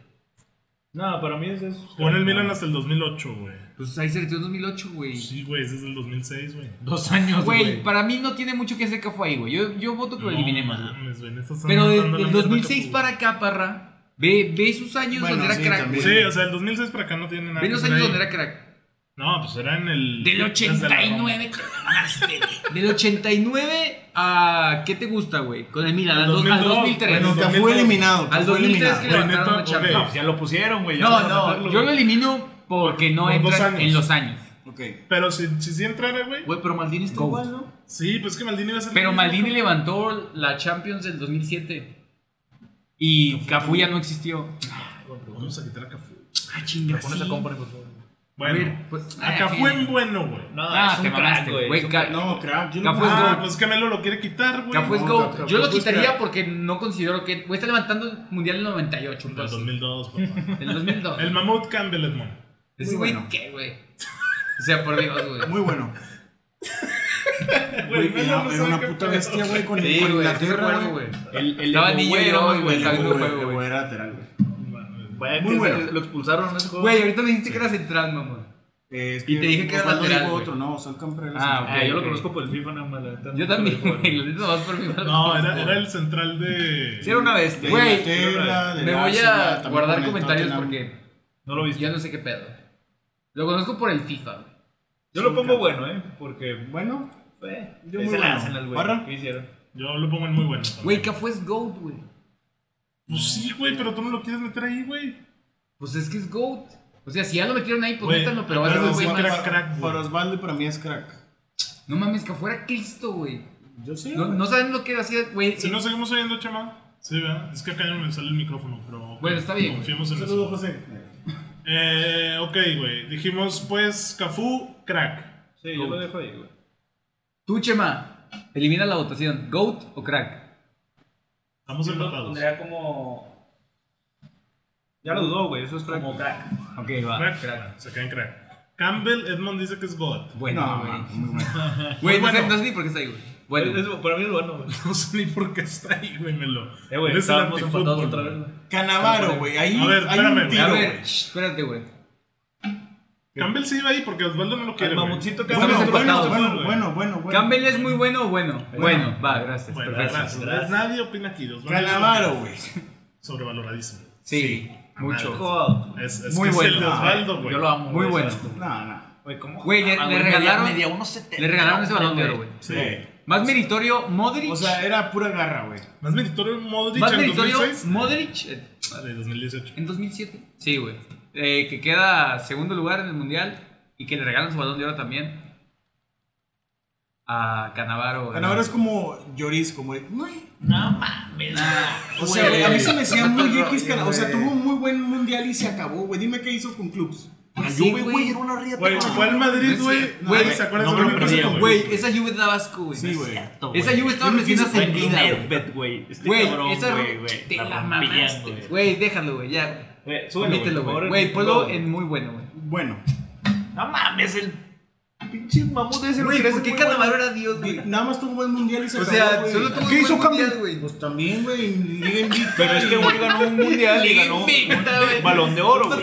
S6: No, para mí es eso.
S1: Jugó en el Milan hasta el 2008, güey.
S4: Pues ahí se retiró en 2008, güey.
S1: Sí, güey, ese es el 2006, güey.
S2: Dos años,
S4: Güey,
S2: güey.
S4: para mí no tiene mucho que hacer que fue ahí, güey. Yo, yo voto que lo eliminemos, güey.
S1: mames, güey, en estos
S4: Pero
S1: están
S4: desde
S1: matando
S4: el
S1: la mierda
S4: 2006
S1: que jugó.
S4: para acá, parra. Ve, ve sus años
S3: Bueno,
S4: donde era
S3: sí,
S4: crack,
S3: también.
S4: güey.
S1: Sí, o sea, el 2006 para acá no tiene nada.
S4: Ve
S1: que
S4: los
S1: ver
S4: años
S1: ahí.
S4: donde era crack.
S1: No, pues era en el. desde
S4: Del
S1: la Roma.
S4: 89 te mamaste, güey. Del 89 a. ¿Qué te gusta, güey? Con el Milan, al, dos- al
S1: 2002,
S4: 2003.
S1: bueno,
S3: Nunca fue
S1: 2002.
S3: eliminado.
S4: al
S3: fue
S4: 2003 que
S1: Güey,
S4: levantaron
S1: neta,
S4: la Champions.
S1: ok.
S6: No, pues ya lo pusieron, güey. ya
S4: No,
S6: vas a
S4: no,
S6: matarlo,
S4: yo lo
S6: güey.
S4: elimino porque no
S1: Por dos
S4: entra
S1: años.
S4: en los años.
S3: Ok.
S1: Pero si, si sí entrara, güey.
S2: Güey, pero Maldini está
S4: Go.
S2: igual, ¿no?
S1: Sí, pues es que Maldini iba a ser.
S4: Pero Maldini levantó la Champions del 2007. Y Cafu ya no existió.
S1: Vamos a quitar a Cafú.
S4: Ah, chinga.
S6: Pones a
S4: sí.
S6: compra, por favor.
S4: A ver,
S1: Bueno,
S4: pues,
S1: a Cafú
S4: ah,
S1: en bueno, güey.
S6: No,
S4: Ah,
S6: es
S4: te
S6: un crack,
S4: mamaste,
S6: güey.
S4: güey.
S6: es un
S4: Ca-
S3: No, crack. Yo
S4: Cafu es
S3: Ah,
S1: Ah,
S4: Go.
S1: pues es que Melo lo quiere quitar, güey.
S4: Cafu es
S3: No,
S4: Go.
S3: Cafu
S4: Yo lo
S1: pues,
S3: es Go.
S4: quitaría porque no considero que. Güey, está levantando el Mundial del 98.
S1: Del
S4: pues.
S1: 2002, papá.
S4: Del 2002.
S1: El Mamut Campbell Edmond.
S4: Ese
S3: Muy
S4: güey,
S3: bueno.
S4: ¿qué, güey? O sea, por Dios, güey.
S3: Ah, Muy bueno.
S1: Güey,
S3: Güey,
S1: Melo
S3: era
S1: no
S3: era
S1: sabe
S3: una
S1: qué
S3: puta
S1: pedo.
S3: bestia, güey, con,
S4: Sí,
S3: con
S4: güey,
S3: Inglaterra,
S4: estoy de acuerdo,
S3: güey.
S4: güey.
S6: El, el
S4: Estaba
S6: Ego
S4: niño y
S6: güey,
S4: era más güey,
S3: El
S4: estaba
S3: Evo
S4: en un
S3: era-
S4: juego,
S3: Evo
S4: güey.
S3: era lateral, güey.
S6: Güey,
S3: Muy
S6: que
S3: bueno.
S6: se- Lo expulsaron en ese juego.
S4: Güey, ahorita me dijiste que era central, mamón.
S3: Eh, es
S4: Y te dije que era
S3: Osvaldo
S4: lateral,
S3: dijo
S4: güey.
S3: otro, no, Sol Campbell era
S4: Ah,
S3: central.
S4: ok.
S6: Ah, yo lo conozco por el FIFA nada más. la neta,
S4: Yo
S6: no
S4: también,
S6: por el
S4: güey.
S6: juego.
S4: Lo neta nomás por mi
S1: No, era, era el central de.
S4: Sí, era una bestia.
S3: De
S4: Güey,
S3: Inglaterra, del
S4: me voy
S3: Arsenal,
S4: a
S3: también con
S4: guardar
S3: el
S4: comentarios
S3: Tottenham.
S4: porque
S6: No lo viste.
S4: ya no sé qué pedo. Lo conozco por el FIFA, güey.
S6: Yo lo pongo bueno, ¿eh? Porque.
S3: Bueno,
S6: eh,
S3: Yo
S6: es
S3: muy
S6: el
S3: bueno.
S6: Arsenal, güey.
S3: Barra.
S6: ¿Qué hicieron?
S1: Yo lo pongo en muy bueno. también.
S4: Güey, Cafu es GOAT, güey.
S1: Pues sí, güey, pero tú no lo quieres meter ahí, güey.
S4: Pues es que es GOAT. O sea, si ya lo metieron ahí, pues
S1: Güey,
S4: métanlo, pero va a
S1: acabas
S4: ser un
S1: de
S4: güey
S1: decir
S4: más.
S1: era crack, güey.
S3: para Osvaldo y para mí es crack.
S4: No mames, Cafu era Cristo, güey.
S3: Yo sí.
S4: No, no saben lo que hacía, güey.
S1: Si no seguimos oyendo, chama. Sí, ¿verdad? Es que acá ya no me sale el micrófono, pero. ok,
S4: Bueno, está bien,
S1: Confiemos en
S3: Saludos,
S1: eso.
S3: José.
S1: Eh, ok, güey. Dijimos, pues, Cafú, crack.
S6: Sí, yo lo dejo ahí, güey.
S4: Tú, Chema, elimina la votación. ¿GOAT o crack?
S1: Estamos
S8: Yo lo
S1: empatados.
S8: pondría como,
S6: Ya lo dudó, güey. Eso es crack.
S8: como crack.
S4: Ok, va.
S1: Crack, Se caen crack. Campbell Edmond dice que es God.
S4: Bueno,
S3: No,
S4: güey.
S3: man, muy bueno.
S4: Güey, no, sé,
S1: Bueno.
S4: no sé ni por qué está ahí, güey.
S6: Es-
S4: Bueno,
S6: es- para mí es bueno, güey.
S1: No sé ni por qué está ahí, güey, Melo.
S6: Eh, güey,
S1: Eres el
S6: estábamos
S1: antifútbol,
S6: empatados otra vez.
S1: güey.
S6: güey.
S3: Canavaro, güey. Ahí
S1: A ver,
S3: hay
S1: espérame,
S3: un
S1: güey.
S3: tiro.
S4: a
S3: güey.
S4: ver, shh, espérate, güey.
S1: Campbell sí iba ahí porque Osvaldo no lo quiere.
S6: El
S1: güey.
S6: mamoncito que
S4: Estamos
S6: hace los
S4: empatados.
S6: goles,
S3: Bueno,
S6: güey.
S3: bueno, bueno, bueno.
S4: ¿Campbell es muy bueno o bueno? Bueno, va, gracias.
S1: Bueno,
S4: perfecto.
S1: gracias.
S6: Pues, Gracias.
S1: Nadie opina aquí. Osvaldo
S3: Canavaro, güey.
S1: Sobrevaloradísimo.
S4: Sí, mucho.
S6: Joder.
S1: Es, es
S4: Muy
S1: que
S4: bueno.
S1: es el de Osvaldo, güey.
S6: Yo lo amo.
S4: Muy
S6: güey,
S4: bueno.
S6: ese vato.
S3: No, no.
S6: Güey, ¿cómo?
S4: Güey, le,
S6: Ah,
S4: le
S6: media-
S4: regalaron,
S6: media 1.70.
S4: le regalaron ese balón de oro, güey.
S1: Sí.
S4: Más meritorio Modric.
S3: Eh, O sea, era pura garra, güey.
S1: Más meritorio Modric
S4: más
S1: en
S4: meritorio
S1: 2006.
S4: Modric eh,
S1: Ah, De 2018.
S4: en 2007. Sí, güey. Eh, que queda segundo lugar en el mundial y que le regalan su balón de oro también a Canavaro.
S3: Canavaro es como lloris, como de, "Güey".
S4: No mames.
S3: O sea, güey, a mí se me hacía muy
S4: Otro
S3: X
S4: rollo,
S3: Canavaro. O sea,
S4: güey.
S3: tuvo un muy buen mundial y se acabó, güey. Dime qué hizo con clubs.
S4: Pues
S3: La
S4: sí,
S3: Juve,
S4: güey.
S3: güey, era una riata.
S1: Güey,
S3: cabrón.
S1: fue al Madrid,
S4: No,
S1: güey.
S4: no,
S1: Güey,
S4: güey,
S1: ¿se acuerdan
S6: no
S1: de
S6: me
S1: lo que
S6: lo creía,
S1: pasó,
S4: Güey, esa Juve de Vasco, güey.
S3: Sí, güey.
S4: Esa Juve estaba
S3: Yo no
S4: recién
S3: quise ser
S4: ascendida,
S6: Güey,
S4: güey.
S6: bet, güey. Este cabrón,
S4: Güey, esa
S6: güey,
S4: güey,
S6: güey,
S4: te la
S6: rompían,
S4: mamaste.
S6: güey.
S4: Güey, déjalo, güey, ya.
S6: Güey, súbelo, güey,
S4: Omítelo,
S6: por favor,
S4: güey. Güey,
S6: el-
S4: ponlo
S6: güey.
S4: en muy bueno, güey.
S3: Bueno,
S6: No mames, el pinche mamut ese
S4: Güey,
S6: güey,
S4: ¿por qué
S6: muy
S4: Canavaro era Dios,
S3: di-
S4: güey?
S3: nada más tuvo un buen mundial y se
S4: O
S3: acabó.
S4: sea,
S3: güey.
S4: solo tuvo
S3: ¿Qué
S4: un
S3: hizo
S4: buen mundial,
S3: Campbell?
S4: güey.
S3: Pues también, güey, en Liga Invicta.
S6: Pero este güey ganó un mundial y ganó
S4: Invicta, güey.
S6: un balón de oro, güey.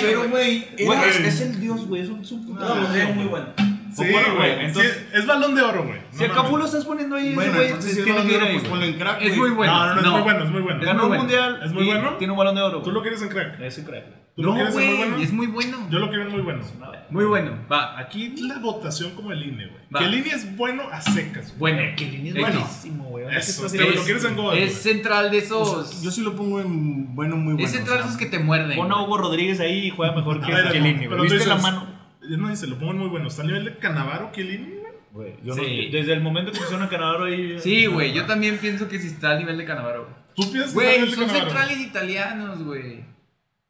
S3: Pero, güey, era-
S6: Güey, es, es el dios, güey. Es un
S8: No, pues,
S6: subpuntado.
S8: era muy bueno.
S1: Sí,
S6: Bueno, güey,
S1: güey.
S6: entonces-
S1: sí, es balón de oro, güey. No
S6: Si el
S1: mames.
S6: Cafú lo estás poniendo ahí,
S3: Bueno,
S6: ese güey
S3: entonces,
S6: se
S3: si
S6: tiene
S3: era
S6: que ir
S3: balón de oro,
S6: ahí,
S3: pues,
S6: güey.
S3: ponlo en crack,
S4: Es
S3: güey.
S4: muy bueno.
S1: No, no, no, es muy bueno, es muy bueno.
S4: Es muy
S6: Ganó un
S4: bueno.
S6: mundial.
S1: ¿Es muy
S6: y
S1: bueno?
S6: Tiene un balón de oro.
S1: ¿Tú
S6: güey.
S1: lo quieres en crack?
S6: Es un crack, güey.
S1: ¿Tú lo
S4: No,
S1: quieres en muy
S4: güey,
S1: bueno?
S4: es muy bueno.
S1: Yo lo quiero en muy bueno.
S6: No, güey.
S4: Muy bueno, va.
S1: Aquí la votación como el INE, güey.
S4: Va.
S1: Que el INE es bueno a secas, güey.
S4: Bueno,
S6: Es
S4: X.
S6: buenísimo, güey.
S1: Eso,
S6: Es-
S1: este güey lo quieres en Goa,
S4: Es central de
S3: O
S4: esos.
S3: sea, yo sí lo pongo en bueno, muy bueno.
S4: Es central de
S3: o sea.
S4: esos que te muerden.
S6: Pon a Hugo Rodríguez ahí y juega mejor que
S1: A ver,
S6: Chiellini,
S1: pero
S6: güey.
S1: tú
S6: ¿Viste la
S1: dices-
S6: mano?
S1: Yo no dice, lo pongo en muy bueno. ¿Está a nivel de Canavaro que el INE, güey?
S6: Güey, yo no-
S4: Sí.
S6: Desde el momento que pusieron a Canadaro ahí.
S4: Sí, güey, yo también pienso que si está al nivel de Canavaro.
S1: ¿Tú piensas que está a
S4: Güey,
S1: nivel de
S4: son
S1: Canavaro?
S4: centrales italianos, güey.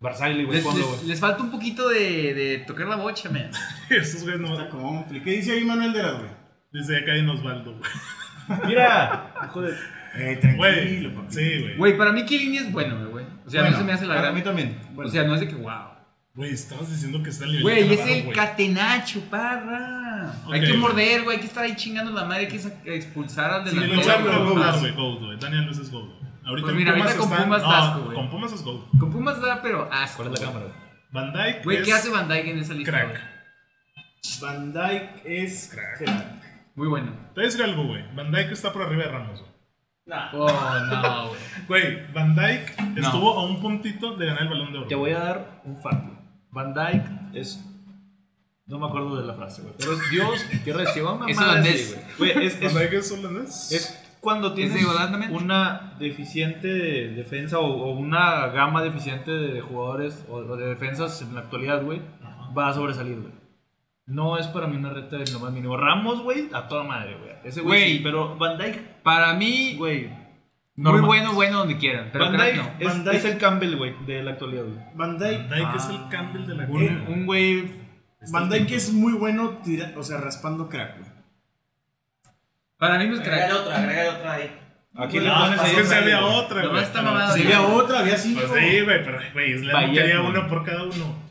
S6: Barzagli, güey.
S4: Les,
S6: ponlo,
S4: les-
S6: güey.
S4: les falta un poquito de, de tocar la bocha, man.
S1: Esos güeyes no.
S3: Está compli- ¿Qué dice ahí Manuel de las, güey?
S1: Dice acá en Osvaldo, güey.
S6: Mira, hijo de.
S3: Eh,
S1: Güey.
S3: tranquilo, papi.
S1: Sí, güey.
S4: Güey, para mí Kilini es bueno, güey. O sea,
S3: Bueno,
S4: no se me hace la
S3: para mí
S4: gran.
S3: también.
S4: O
S3: Bueno.
S4: sea, no es de que wow.
S1: Güey, estabas diciendo que está a nivel de
S4: Güey, es
S1: Canavaro,
S4: el catenacho, parra.
S1: Ok,
S4: Hay que
S1: güey.
S4: morder, güey, hay que estar ahí chingando la madre, hay que sa- expulsar al
S1: Sí,
S4: delantero.
S1: lo
S4: güey.
S1: llamo Gold, güey. Gold, güey. Daniel Luis es Gold, güey. Ahorita,
S4: Pues mira,
S1: en
S4: ahorita con
S1: están-
S4: Pumas da asco, güey.
S1: Con Pumas es gol.
S4: Con Pumas da, pero asco.
S6: ¿Cuál es la cámara?
S1: Van Dyke
S4: Güey,
S1: es
S4: ¿qué hace Van Dyke en esa lista? güey?
S1: crack.
S3: Van Dyke es
S1: Crack.
S3: crack.
S4: Muy bueno.
S1: Te voy a decir algo, güey. Van Dyke está por arriba de Ramos. güey.
S4: Oh, no, güey.
S1: Güey, Van Dyke estuvo a un puntito de ganar el balón de oro.
S2: Te voy a dar un facto. Van Dyke es. No me acuerdo de la frase, güey. Pero es Dios en tierra de Ciudad.
S4: Es
S2: mamada
S4: holandés.
S2: así, güey. Güey, es,
S1: Van
S2: es,
S1: Dyke es holandés.
S2: es cuando
S7: ¿Es
S2: tienes
S7: de Holanda, men?
S2: una deficiente defensa o, o una gama deficiente de jugadores o, o de defensas en la actualidad, güey, va a sobresalir, güey. No es para mí una reta de lo más mínimo. Ramos, güey, a toda madre, güey. Ese güey,
S4: Güey.
S2: sí, pero Van Dyke,
S4: Para mí,
S2: güey.
S4: muy
S2: normal.
S4: bueno, bueno donde quieran. Pero
S2: Van
S4: crack
S2: Dyke,
S4: no.
S2: es,
S3: Van Dijk-
S2: es el Campbell, güey, de la actualidad, güey.
S3: Van Dyke,
S1: Van Dyke es el Campbell de la
S2: Un- Un güey
S3: Van Dyke es muy bueno tira- o sea, raspando crack, güey.
S4: Para mí no es
S8: Agregar
S4: crack.
S8: otra, agregar otra ahí.
S3: Aquí
S1: No, es que se había otra,
S4: Nomás
S1: güey.
S4: está
S1: pero-
S4: mamada.
S3: Sería otra, había cinco.
S1: Pues sí, güey, pero güey, Isla no
S2: Bayern,
S1: quería
S2: güey.
S1: una por cada uno.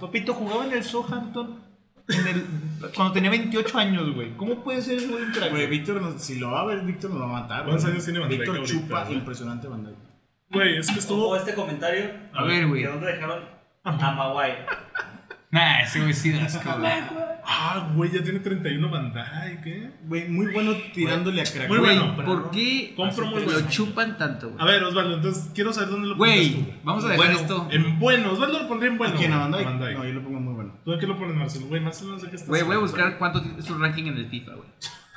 S2: Papito jugaba en el Southampton en el- cuando tenía 28 años, güey. ¿Cómo puede ser eso un crack?
S3: Güey, Víctor, nos- si lo va a ver, Víctor nos va a matar.
S1: ¿Cuántos
S3: güey.
S1: años tiene Van Dijk
S3: Víctor
S1: ahorita,
S3: chupa,
S1: güey?
S3: impresionante Van Dyke.
S1: Güey, es que
S8: Ojo
S1: estuvo.
S8: a este comentario.
S4: A ver, güey.
S8: ¿De dónde dejaron a Maguire?
S4: Nah, ese güey sí da asco, güey.
S1: Ah, güey, ya tiene 31 Van Dyke, ¿eh?
S3: Güey, muy bueno tirándole a crack.
S1: Muy
S3: güey.
S4: Güey,
S1: bueno, pero
S4: ¿por
S1: no.
S4: qué
S1: Compro muy bueno. Ah,
S4: lo chupan tanto,
S1: A
S4: güey?
S1: ver, Osvaldo, entonces quiero saber dónde lo pondrías tú,
S4: Güey, vamos a dejar
S1: Bueno,
S4: esto.
S1: En bueno, Osvaldo lo pondría en bueno.
S3: ¿A quién? ¿A Van
S1: güey,
S3: Dyke?
S1: Van Dijk.
S3: No, yo lo pongo muy bueno.
S1: ¿Tú en qué lo pones, Marcelo? Güey, Marcelo no sé qué está
S4: Güey, voy a
S1: haciendo,
S4: buscar cuánto es su ranking en el FIFA, güey.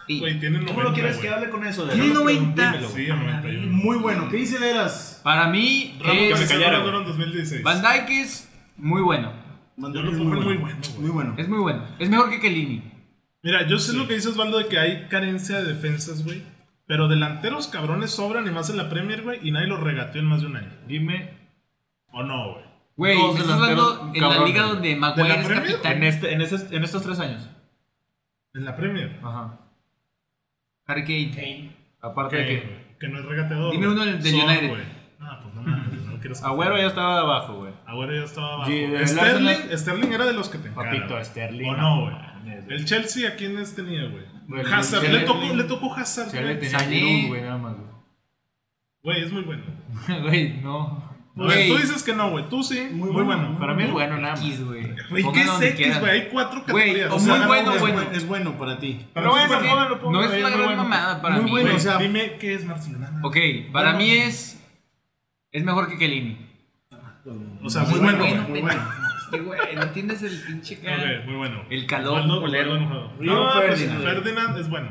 S4: Sí.
S1: Güey, tiene 90.
S2: ¿Cómo lo quieres
S1: güey.
S2: que hable con eso? De
S4: Tiene 90.
S1: Dímelo, Sí, a 91.
S3: Muy bueno. ¿Qué dice Leras?
S4: Para mí
S1: Ramón
S4: es...
S1: Cabezón
S2: callara,
S1: ganó en 2016.
S4: Van Dyke es muy bueno.
S3: Van
S1: Yo lo
S3: Dijk es
S1: pongo muy bueno, güey.
S3: Muy bueno.
S4: Es muy bueno. Es mejor que Kelini.
S1: Mira, yo sé lo que dice Osvaldo de que hay carencia de defensas, güey. Pero delanteros cabrones sobran y más en la Premier, güey. Y nadie los regateó en más de un año.
S2: Dime,
S1: ¿O no, güey?
S4: Güey,
S2: Dos
S4: me estás
S2: delanteros
S4: hablando en la
S2: cabrones.
S4: liga donde Maguire
S1: ¿De la
S4: es
S1: Premier?
S4: capitán.
S2: en, este, en, este- en estos tres años.
S1: En la Premier.
S2: Ajá.
S4: Harry Kane.
S8: Kane.
S2: Aparte de que
S1: Eh, Que, que no es regateador.
S4: Dime
S1: güey.
S4: uno del- del
S1: Son,
S4: United.
S1: güey. Ah, pues no mames, no quiero escuchar.
S2: Agüero ya estaba de abajo, güey.
S1: Agüero ya estaba abajo.
S2: Sí, de-
S1: Sterling, Sterling era de los que te encara,
S2: Papito,
S1: güey.
S2: Sterling.
S1: ¿O no, güey?
S2: mames,
S1: El Chelsea, ¿a quiénes tenía, güey?
S7: Bueno,
S1: Hazard.
S7: el
S1: Le tocó,
S7: Sterling-
S1: le tocó Hazard,
S7: Se le
S1: güey.
S7: tenía
S4: Sané.
S7: Giroud, güey, nada más, güey.
S1: Güey, es muy bueno.
S7: Güey, no.
S1: A ver, tú
S4: Güey.
S1: dices que no, güey. Tú sí. Muy,
S3: bueno,
S1: bueno.
S7: Para mí es bueno, nada más.
S4: X, güey.
S1: Güey, ¿qué
S4: Pónganlo
S1: es
S4: donde
S1: X,
S4: quieran.
S1: güey? Hay cuatro
S4: Güey,
S1: categorías.
S4: o
S1: o sea,
S4: muy
S1: no,
S4: bueno,
S1: güey,
S3: es,
S4: bueno.
S3: buen- es bueno para ti.
S1: Pero
S4: No es
S1: bueno,
S4: que-
S1: póngalo, póngalo,
S4: no es
S1: ahí,
S4: una
S1: muy
S4: gran
S1: bueno.
S4: mamada para
S3: Muy
S4: mí.
S3: bueno.
S1: Güey,
S3: o sea-
S1: dime qué es Barcelona.
S4: Ok, para mí es. Es mejor que Kelini.
S1: O sea, muy Pues bueno, güey.
S4: Muy bueno. Sí, güey, no entiendes el pinche cara.
S1: Ok, muy bueno.
S4: El calor,
S1: Osvaldo,
S4: culero.
S1: Osvaldo enojado.
S3: Río
S1: No, pues,
S3: Ferdinand.
S1: Ferdinand es bueno.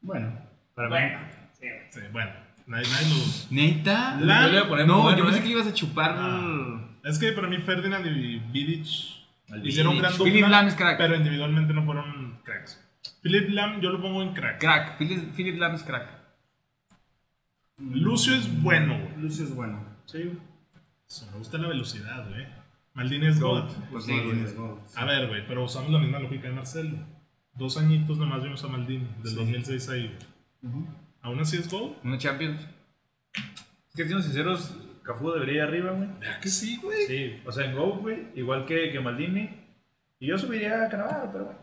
S3: Bueno.
S2: Para mí.
S8: Bueno. sí.
S1: Sí, bueno. Nadie, nadie lo duda.
S4: ¿Neta?
S1: La-
S4: Yo le voy a poner no,
S7: muy bueno,
S4: yo pensé
S7: ¿eh?
S4: que le ibas a chupar.
S1: Ah. Es que para mí Ferdinand y Vidic hicieron
S4: Vidic.
S1: gran
S4: Philip
S1: dupla,
S4: Lahm es crack.
S1: Pero individualmente no fueron cracks. Philip Lam yo lo pongo en crack.
S4: Crack. Philip, Philip Lahm es crack.
S1: Lucio es bueno, güey.
S3: Lucio es bueno.
S1: Eso, me gusta la velocidad, güey. Maldini es God.
S4: Pues
S3: No,
S4: sí, güey.
S3: Lunes, no.
S1: A ver, güey, pero usamos la misma lógica de Marcelo. Dos añitos nomás vimos a Maldini, del 2006 ahí, güey. Aún así es gol.
S4: Uno Champions.
S2: Es que siendo sinceros, Cafú debería ir arriba, güey.
S1: ¿Verdad que sí, güey?
S2: Sí, o sea, en Go, güey. Igual que, que Maldini. Y yo subiría a Cannavaro, pero bueno.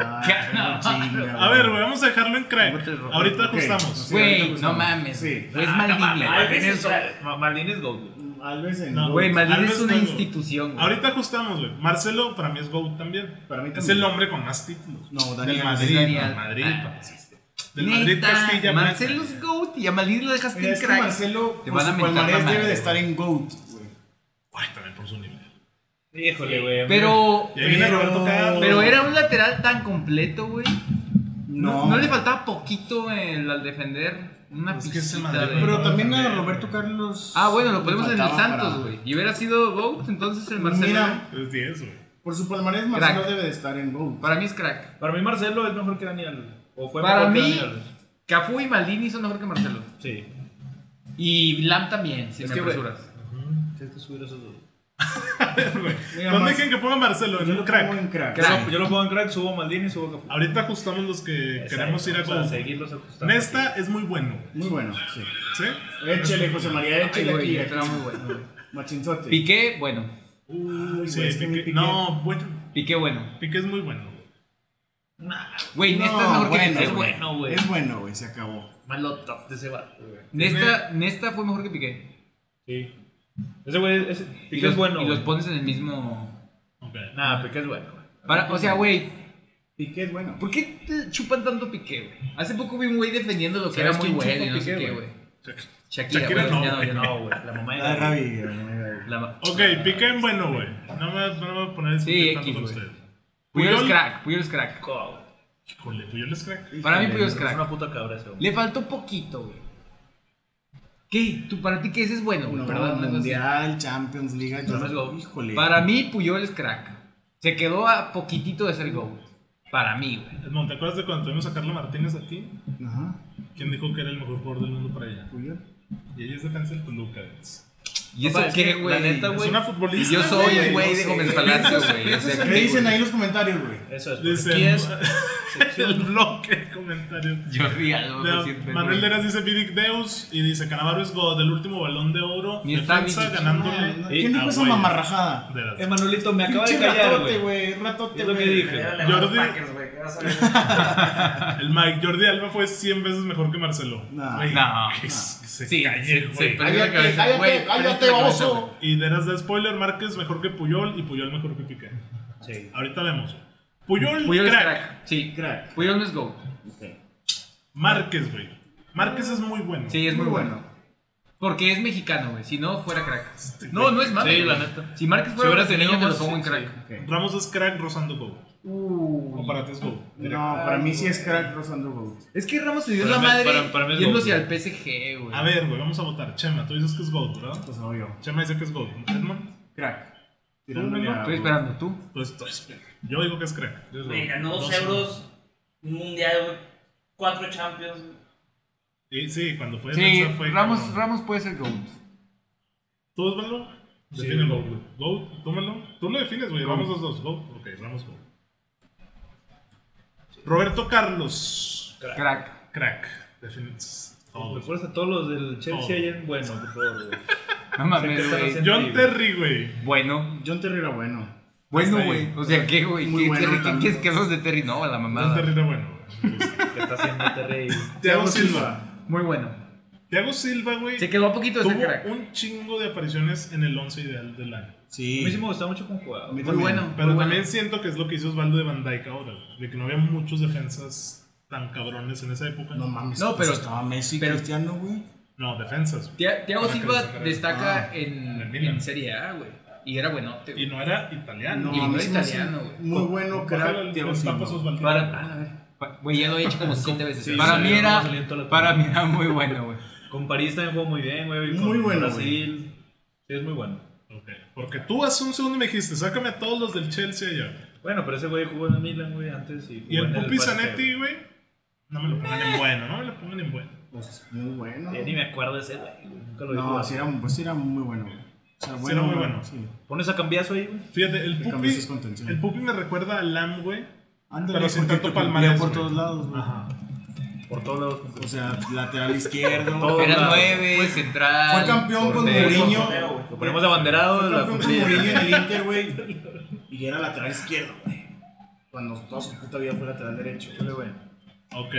S3: Ah,
S4: Ya, no.
S3: chinga,
S1: A ver, güey, vamos a dejarlo en crack.
S4: Roberto Roberto.
S1: Ahorita
S3: Ok.
S1: ajustamos.
S4: Güey,
S3: ahorita
S4: no
S3: buscamos.
S4: mames.
S3: Sí.
S4: güey. Es Maldini, güey.
S2: Maldini es,
S8: crack.
S2: Ma- Maldini es Gold, güey.
S3: Alves en.
S1: No,
S4: Güey, Maldini
S1: Alves
S4: es una
S1: no, güey.
S4: institución, güey.
S1: Ahorita ajustamos, güey. Marcelo para mí es GOAT también.
S3: Para mí
S1: Es
S3: también.
S1: el hombre con más títulos.
S3: No, Daniel,
S1: Del Madrid.
S4: Daniel.
S1: Del Madrid.
S4: Ah.
S1: papá. Del Madrid
S4: Neta,
S1: Castilla. pues, eh.
S4: Marcelo
S1: Blanca.
S4: es GOAT y a Maldini lo dejaste
S3: Mira,
S4: en
S3: es que
S4: crack.
S3: Marcelo, pues,
S4: Te
S3: por
S4: van a
S3: su
S4: mentar
S3: palmarés,
S4: la
S3: debe de
S4: madre,
S3: estar en GOAT, güey.
S1: Ay, también por su nivel.
S2: Híjole, güey.
S4: Pero, eh,
S1: Y ahí viene
S3: Pero-
S1: Roberto Carlos.
S4: pero era un lateral tan completo, güey.
S3: No.
S4: No le faltaba poquito el- al defender una
S1: Es que ese
S4: pizquita
S1: Madrid,
S4: de-
S1: güey.
S3: Pero también a Roberto Carlos.
S4: Ah, bueno, lo
S3: le
S4: ponemos en el
S3: faltaba
S4: Santos,
S3: para-
S4: güey. Y hubiera sido GOAT, entonces el Marcelo.
S3: Mira,
S1: Es 10, güey.
S3: por su palmarés, Marcelo
S4: Crack.
S3: debe de estar en GOAT.
S4: Para mí es crack.
S2: Para mí Marcelo es mejor que Daniel. güey. O fue
S4: Para
S2: mejor que
S4: mí-
S2: Daniel, güey.
S4: Cafú y Maldini son mejor que Marcelo.
S2: Sí.
S4: Y Lam también, si
S2: Es
S4: me
S2: que, güey,
S4: apresuras.
S2: Tienes que subir esos dos.
S3: Mira,
S1: no
S3: Mar-
S1: dejen que ponga Marcelo en
S3: Yo
S1: un
S3: lo
S1: crack.
S3: pongo en crack.
S2: Yo lo- Yo lo pongo en crack, subo Maldini, subo Cafu.
S1: Ahorita ajustamos los que queremos ir a
S2: Vamos
S1: GOAT.
S2: seguirlos ajustando.
S1: Nesta es muy bueno, güey.
S3: Muy bueno, sí.
S1: ¿Sí?
S3: Échele, José María,
S4: Ay,
S3: échele
S4: güey,
S3: aquí.
S4: era
S3: aquí.
S4: muy bueno.
S3: Machinzote.
S4: Piqué, bueno.
S1: Uy,
S3: güey, es que mi Piqué-
S1: No, bueno.
S4: Piqué, bueno.
S1: Piqué es muy bueno. güey.
S4: Güey,
S3: No,
S4: Nesta este es mejor que
S3: bueno,
S4: Piqué.
S2: Es
S4: güey.
S2: bueno, güey.
S3: Es bueno, güey, se acabó.
S2: Malo top de ese vato, güey.
S4: Nesta, Nesta fue mejor que Piqué.
S6: Sí. Ese güey ese-
S4: Y
S6: Piqué
S4: los,
S6: es bueno.
S4: y los
S6: güey.
S4: pones en el mismo.
S1: Ok.
S2: Nah, Piqué es bueno, güey.
S4: Para, o sea, güey,
S3: Piqué es bueno.
S4: ¿por qué te chupan tanto Piqué, güey? Hace poco vi un güey defendiendo lo que era
S2: ¿Sabes
S4: muy
S2: quién
S4: bueno
S2: chupa
S4: y no sé
S2: Piqué,
S4: qué,
S2: güey?
S4: güey. Shakira,
S1: Shakira
S4: güey,
S1: no,
S4: ya
S1: güey.
S4: ya
S2: No, güey. La mamá de
S3: Ah,
S2: Gaby.
S3: Ravi, güey.
S4: La ma-
S1: Ok,
S3: Ah,
S1: piqué en bueno, güey. No me, no me voy a poner a
S4: Sí,
S1: discutir tanto
S4: X,
S1: con
S4: güey.
S1: ustedes.
S4: Puyol es
S1: Puyol-
S4: crack, Puyol es crack.
S1: Híjole, pues yo les creo.
S4: Para mí Puyol es
S2: Es una
S4: crack.
S2: puta cabra ese, güey.
S4: Le faltó poquito, güey. ¿Qué? ¿Tú, para ti qué ese es bueno, güey?
S3: No,
S4: ¿Verdad? No es así.
S3: mundial, Champions League.
S4: No es GOAT.
S3: Híjole.
S4: Para mí Puyol es crack. Se quedó a poquitito de ser GOAT. Para mí, güey.
S1: Edmond, ¿te acuerdas de cuando tuvimos a Carla Martínez aquí?
S3: Ajá.
S1: ¿Quién dijo que era el mejor jugador del mundo para ella?
S3: Julio.
S1: Y ella es defensa del Toluca. Es
S4: ¿Y eso
S2: Papá, es
S4: qué,
S2: que,
S4: güey?
S2: la neta,
S1: es
S2: Güey,
S1: una futbolista.
S4: Yo soy
S3: güey,
S4: un güey
S3: no
S4: de
S3: sé.
S4: Gómez Palacio, güey. O sea,
S3: ¿Qué
S4: que,
S3: dicen
S4: güey,
S3: ahí en los comentarios, güey?
S2: Eso es.
S1: Dicen-
S2: ¿Quién es?
S1: el bloque de comentarios.
S4: Jordi Alba,
S1: De-
S4: por siempre,
S1: Manuel
S4: güey.
S1: Deras dice Vidic Deus y dice Canavaro es God, el último balón de oro.
S4: Ni está
S1: defensa
S4: Vidic.
S1: ganándole.
S3: No, no,
S1: a
S3: ¿Quién dijo esa
S1: Guayas.
S3: mamarrajada?
S1: Deras.
S2: Emanuelito, Ah, me acaba de
S3: Pinche
S2: callar,
S3: ratote,
S2: güey.
S3: güey. Ratote,
S2: Es lo que
S3: güey.
S2: dije.
S8: Era el de los
S1: Jordi-
S8: Packers, güey. ¿Qué vas a ver?
S1: El Mike Jordi Alba fue 100 veces mejor que Marcelo.
S3: No,
S1: Güey,
S4: no,
S1: que s- que se
S4: Sí,
S1: calle,
S4: sí,
S1: güey.
S4: sí, perdió la cabeza,
S3: Cállate,
S4: güey, este
S3: cállate,
S4: perdió la cabeza,
S3: baboso.
S4: güey.
S1: Y Deras da spoiler, Márquez mejor que Puyol y Puyol mejor que Piqué.
S2: Sí.
S1: Ahorita vemos. Puyol,
S4: Puyol es
S1: crack.
S4: crack. Sí,
S3: Crack.
S4: Puyol no es GOAT.
S1: Márquez, güey. Márquez es muy bueno.
S4: Sí, es muy bueno. Porque es mexicano, güey. Si no, fuera crack. No, no es malo.
S2: Sí, la
S4: güey.
S2: neta.
S4: Si Márquez fuera
S2: Si hubiera
S4: brasileño, te
S2: tenido
S4: lo
S2: más,
S4: pongo en
S2: sí,
S4: crack.
S1: Ramos es crack rozando Go.
S4: Uy.
S1: O para ti es Go.
S3: No, para mí sí es crack Rosando Gold.
S4: Es que Ramos se dio
S2: Para
S4: la
S2: mí-
S4: madre
S2: para- para mí es
S4: yéndose
S2: gol,
S4: al PSG, güey.
S1: A ver, güey, vamos a votar. Chema, tú dices que es Go, ¿verdad?
S3: Pues obvio.
S1: Chema dice que es Go. Edmond,
S3: Crack. Tirándole a.
S4: Estoy esperando, ¿tú?
S1: pues estoy esperando. Yo digo que es crack.
S8: Güey, ganó dos euros, un mundial, güey, cuatro champions. güey.
S1: Sí, sí, cuando fue
S7: Sí,
S1: defensa fue.
S7: Ramos,
S1: cabrón.
S7: Ramos puede ser GOAT.
S1: ¿Tú, Osvaldo?
S2: Sí,
S1: Define
S2: Go,
S1: Go. Go, tómalo. Tú lo defines, güey. Ramos los dos. Go. Ok, Ramos Go. Roberto Carlos. Oh,
S7: Crack.
S1: Crack. Defines.
S2: Me
S1: todos.
S2: acuerdas a todos los del
S1: Todo.
S2: Chelsea ayer. Bueno, por favor, güey.
S7: No
S2: Sé que
S7: mames,
S2: están
S7: güey.
S2: haciendo ahí,
S1: John
S2: güey.
S1: Terry, güey.
S4: Bueno.
S3: John Terry era bueno.
S1: Hasta
S7: Bueno,
S1: ahí.
S7: güey.
S4: O sea, ¿qué, güey?
S3: Muy
S4: ¿Qué,
S3: bueno
S4: Terry, qué,
S3: también.
S4: qué es que sos de Terry? No, la
S1: John Terry
S4: mamada.
S1: era bueno, güey. Me gusta.
S2: que está haciendo este Terry.
S1: Thiago Silva.
S4: Muy bueno.
S1: Thiago Silva, güey,
S4: Se quedó a poquito de ser crack.
S1: tuvo un chingo de apariciones en el 11 ideal del año.
S2: A
S3: Sí.
S2: mí sí me gusta mucho como jugador.
S3: Muy
S4: Muy bueno.
S1: Pero
S4: muy bueno.
S1: también siento que es lo que hizo Osvaldo de Van Dijk ahora, güey, de que no había muchos defensas tan cabrones en esa época.
S3: No
S1: No,
S3: mames.
S4: No,
S3: pues
S4: pero-
S3: Estaba Messi,
S4: pero-
S3: Cristiano, güey.
S1: defensas. güey.
S4: Tia- Thiago
S1: Para que
S4: Silva
S1: lo sacaran.
S4: destaca
S3: Ah,
S4: en,
S1: en el Milan.
S4: en Serie A, güey. Y era buenote,
S1: Y
S4: güey.
S1: no era italiano.
S4: Y no
S3: mames,
S4: es italiano,
S3: Messi,
S4: güey.
S3: Muy bueno, crack. Thiago Silva.
S4: Para, a ver, pa- güey, ya lo he hecho como siete veces.
S2: Sí,
S4: para
S2: sí,
S4: mí
S2: no,
S4: era,
S2: salió en toda la-
S7: Para mí era muy bueno, güey.
S2: Con París también jugó muy bien, güey. y con
S3: Muy bueno,
S2: Brasil. Sí, es muy bueno.
S1: Porque tú hace un segundo me dijiste, sácame a todos los del Chelsea allá.
S2: Bueno, pero ese güey jugó en el Milan, güey, antes. Y, jugó
S1: Y el
S2: en
S1: Pupi
S2: Barça,
S1: Zanetti, güey, no me lo pongan en bueno, no me lo pongan en bueno.
S3: Pues muy bueno.
S2: güey. Ya ni me acuerdo de ese, güey. Nunca lo vi
S3: No,
S2: jugar.
S3: sí era, pues sí era muy bueno, güey. O sea,
S1: era muy bueno.
S3: Sí.
S2: Pones a cambiazo ahí, güey.
S1: Fíjate, el
S3: Le
S1: Pupi,
S3: cambias sus contenciones.
S1: el Pupi me recuerda a Lam, güey.
S3: Ándale,
S1: Pero sin
S3: porque
S1: tanto
S3: te cumplía
S1: palmarés,
S3: por
S1: güey.
S3: todos lados, güey.
S2: Por todos lados.
S3: O sea, lateral izquierdo.
S4: era
S2: lados.
S4: nueve, central.
S3: Fue campeón con
S4: portero.
S3: Mourinho.
S8: portero, güey.
S2: Lo ponemos abanderado de
S3: Fue
S2: la
S3: campeón con
S2: cumplida.
S3: Mourinho en el Inter, güey. Y era lateral izquierdo, güey. Cuando toda su puta vida fue lateral derecho.
S2: Chale, güey.
S1: Ok,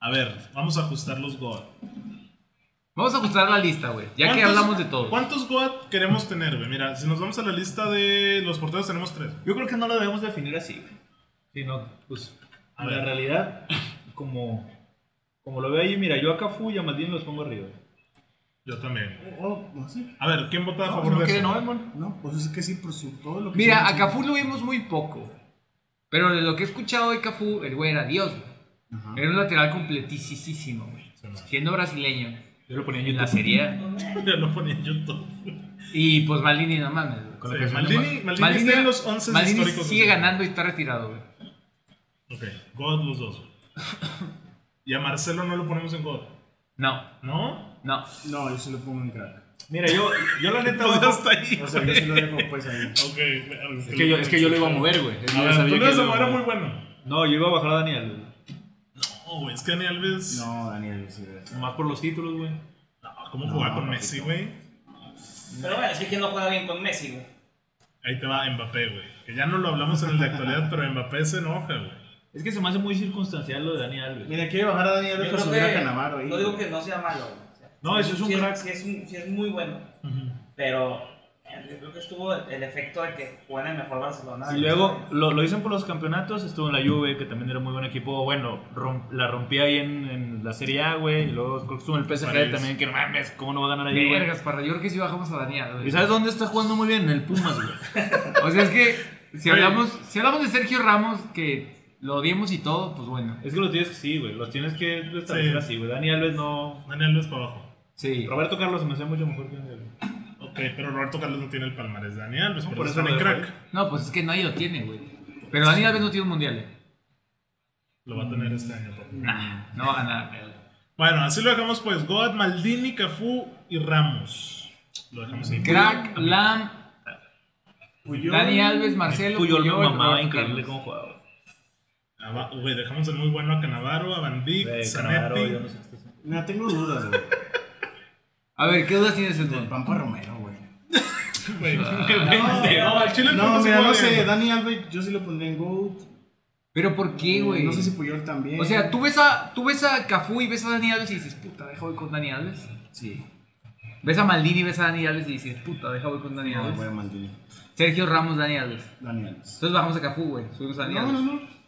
S1: a ver, vamos a ajustar los goals.
S4: Vamos a ajustar la lista, güey. Ya que
S1: ¿Cuántos-
S4: hablamos de todo.
S1: ¿Cuántos GOAT queremos tener, güey? Mira, si nos vamos a la lista de los porteros, tenemos tres.
S2: Yo creo que no lo debemos definir así, güey. Sino, pues,
S1: A
S2: la
S1: ver.
S2: realidad, como, como lo veo ahí, mira, yo a Cafú y a Maldini los pongo arriba.
S1: Yo también.
S3: Oh, no sé.
S1: A ver, ¿quién vota a favor
S2: no
S1: de
S2: quiere,
S1: eso?
S2: no, hermano.
S3: No, pues es que sí, por su, todo lo que.
S4: Mira,
S3: hicieron,
S4: a Cafú lo vimos muy poco. Pero de lo que he escuchado de Cafú, el güey era Dios, güey.
S3: sí. Ajá.
S4: Era un lateral completísimo, güey.
S1: Sí, no.
S4: Siendo brasileño. Yo lo ponía en la serie. A.
S1: Yo lo ponía en YouTube.
S4: Y pues Maldini, no mames. güey.
S1: Sí, Maldini, Maldini,
S4: Maldini-
S1: está en los 11
S4: Maldini
S1: históricos.
S4: sigue
S1: de-
S4: ganando y está retirado, güey.
S1: Ok, GOAT los dos. güey. Y a Marcelo no lo ponemos en GOAT,
S4: No,
S1: ¿no?
S4: no.
S3: No, yo se lo pongo en crack.
S2: Mira, yo, yo la neta.
S1: Todo está ahí.
S3: O sea, yo se lo dejo pues ahí.
S1: Ok, es A ver,
S4: güey.
S1: tú lo ibas a mover, era muy bueno.
S2: No, yo iba a bajar a Daniel, güey.
S1: No, güey, es que Dani Alves. No,
S3: No, Daniel, sí, güey.
S2: Nomás por los títulos, güey.
S1: ¿cómo jugaba
S3: No,
S1: con
S3: papito.
S1: Messi, güey?
S8: Pero bueno, es que quien no juega bien con Messi, güey.
S1: Ahí te va Mbappé, güey. Que ya no lo hablamos en el de actualidad, pero Mbappé se enoja, güey.
S2: Es que se me hace muy circunstancial lo de Dani Alves.
S3: Mira, quiere bajar a Dani
S8: Yo
S3: Alves para
S8: creo
S3: subir
S8: que-
S3: a Canavaro ahí.
S8: No digo que no sea malo. güey. O sea,
S2: No, eso es un
S8: sí
S2: crack.
S8: sí es, un- sí es muy bueno. Pero eh, yo creo que estuvo el, el efecto de que jugó en el mejor Barcelona.
S2: Y luego lo, lo dicen por los campeonatos, estuvo en la Juve, que también era muy buen equipo. Bueno, romp- la rompí ahí en, en la Serie A, güey. Y luego creo que estuvo en el PSG
S1: París.
S2: también, que no mames, ¿cómo no va a ganar ahí, güey?
S4: Vergas, para yo creo que sí bajamos a Daniel. güey.
S2: ¿Y sabes dónde está jugando muy bien? En el Pumas, güey.
S4: O sea, es que si hablamos, si hablamos de Sergio Ramos, que lo odiemos y todo, pues bueno.
S2: Es que lo tienes que sí, güey. Los tienes que establecer
S1: Sí.
S2: así, güey. Dani Alves no.
S1: Dani Alves para abajo.
S4: Sí.
S2: Roberto Carlos se me hacía mucho mejor que él.
S1: Ok, pero Roberto Carlos no tiene el palmarés de Dani Alves,
S2: No,
S1: por
S2: por
S1: eso
S2: eso
S1: es
S2: lo
S1: crack.
S2: dejó
S4: No, pues es que nadie lo tiene, güey. Pero Daniel Alves no tiene un mundial. eh.
S1: Lo va a tener este año, papi.
S4: Nah, no va a ganar. güey.
S1: Bueno, así lo dejamos pues. God, Maldini, Cafú y Ramos. Lo dejamos ahí.
S4: Crack, Lam,
S3: Puyol.
S4: Dani Alves, Marcelo,
S2: Puyol me
S4: Puyol,
S2: mamaba
S4: Roberto
S2: increíble
S4: Carlos.
S2: cómo jugaba. güey.
S1: Aba- Güey, dejamos el muy bueno a Canavaro, a Van Dijk,
S2: Güey, Cannavaro, yo no
S1: Zanetti.
S2: sé qué está
S3: No, tengo dudas, güey.
S4: A ver, ¿qué dudas tienes en
S3: Del Pampa Romero, güey.
S1: Güey,
S2: Ah.
S1: no, al Chile
S3: No,
S1: se
S3: mira, no
S1: puede.
S3: sé. Dani Alves, yo sí lo pondría en GOAT.
S4: Pero ¿por qué, güey?
S3: Eh, No sé si Puyol también.
S4: O sea, tú ves a, tú ves a Cafú y ves a Dani Alves y dices, puta, deja voy con Dani Alves.
S3: Sí.
S4: Ves a Maldini y ves a Dani Alves y dices, puta, deja voy con Dani
S3: No,
S4: Alves.
S3: güey, Maldini.
S4: Sergio Ramos, Dani Alves.
S3: Dani Alves.
S4: Entonces bajamos a Cafú, güey. Subimos a Dani
S3: No, no,
S4: Alves.
S3: no.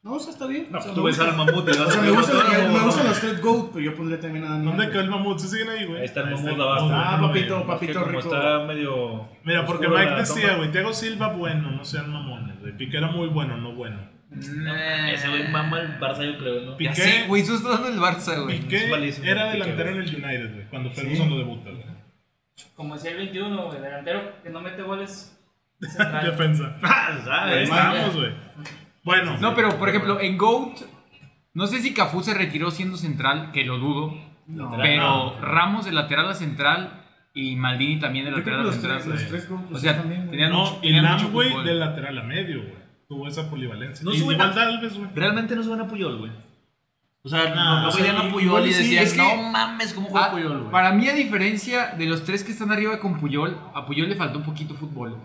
S3: No, o sea, está bien.
S2: No,
S3: O sea,
S2: pues tú
S3: me
S2: ves
S3: gusta-
S2: al mamut y le
S3: O
S2: vas
S3: sea,
S2: a
S3: me gustan
S2: Todo.
S3: me gustan los tres GOAT, pero yo pondría también a Dani
S1: ¿Dónde
S3: Alves.
S1: quedó el mamut? ¿Sí siguen ahí, güey?
S2: Ahí está el
S1: Ahí
S2: mamut, la basta.
S3: Ah,
S1: No lo
S3: papito,
S1: veo.
S2: Es que
S3: papito
S2: como
S3: rico.
S2: Está medio.
S1: Mira, porque
S2: oscuro
S1: Mike
S2: la
S1: decía,
S2: toma.
S1: güey, Thiago Silva, bueno, no sean mamones, güey. Piqué era muy bueno, no bueno.
S4: Nah.
S2: Ese güey mama el Barça, yo creo, ¿no?
S4: Ya
S1: Piqué-
S4: sé, güey, tú estás dando el Barça, güey.
S1: Piqué
S2: es malísimo,
S1: era
S2: Piqué,
S1: delantero en
S2: güey.
S1: el United, güey, cuando Ferguson lo debuta, güey.
S8: Como decía el 21, güey, delantero que no mete goles. central.
S1: Defensa.
S2: Ah, pues,
S1: Ahí
S2: ¿Sabes?
S1: estábamos, güey. Bueno.
S4: No, pero por ejemplo, en GOAT, no sé si Cafú se retiró siendo central, que lo dudo.
S3: No.
S4: Pero Ramos de lateral a central y Maldini también de
S3: Yo creo que
S4: lateral a
S3: los
S4: central.
S3: tres, los
S4: güey.
S3: tres GOAT.
S4: O sea,
S3: también, güey.
S4: tenían mucho,
S1: No, y
S4: tenían mucho
S1: Lam, güey,
S4: fútbol.
S1: de lateral a medio, güey. Tuvo esa polivalencia.
S2: No
S1: y
S2: suena-
S1: igual Alves, güey.
S2: Realmente no suena a Puyol, güey. O sea,
S1: Ah,
S2: no, no
S1: o sea,
S2: veían a Puyol y
S4: sí,
S2: decían,
S4: es que-
S2: no mames, ¿cómo juega
S4: Ah,
S2: Puyol, güey?
S4: para mí, a diferencia de los tres que están arriba con Puyol, a Puyol le faltó un poquito fútbol.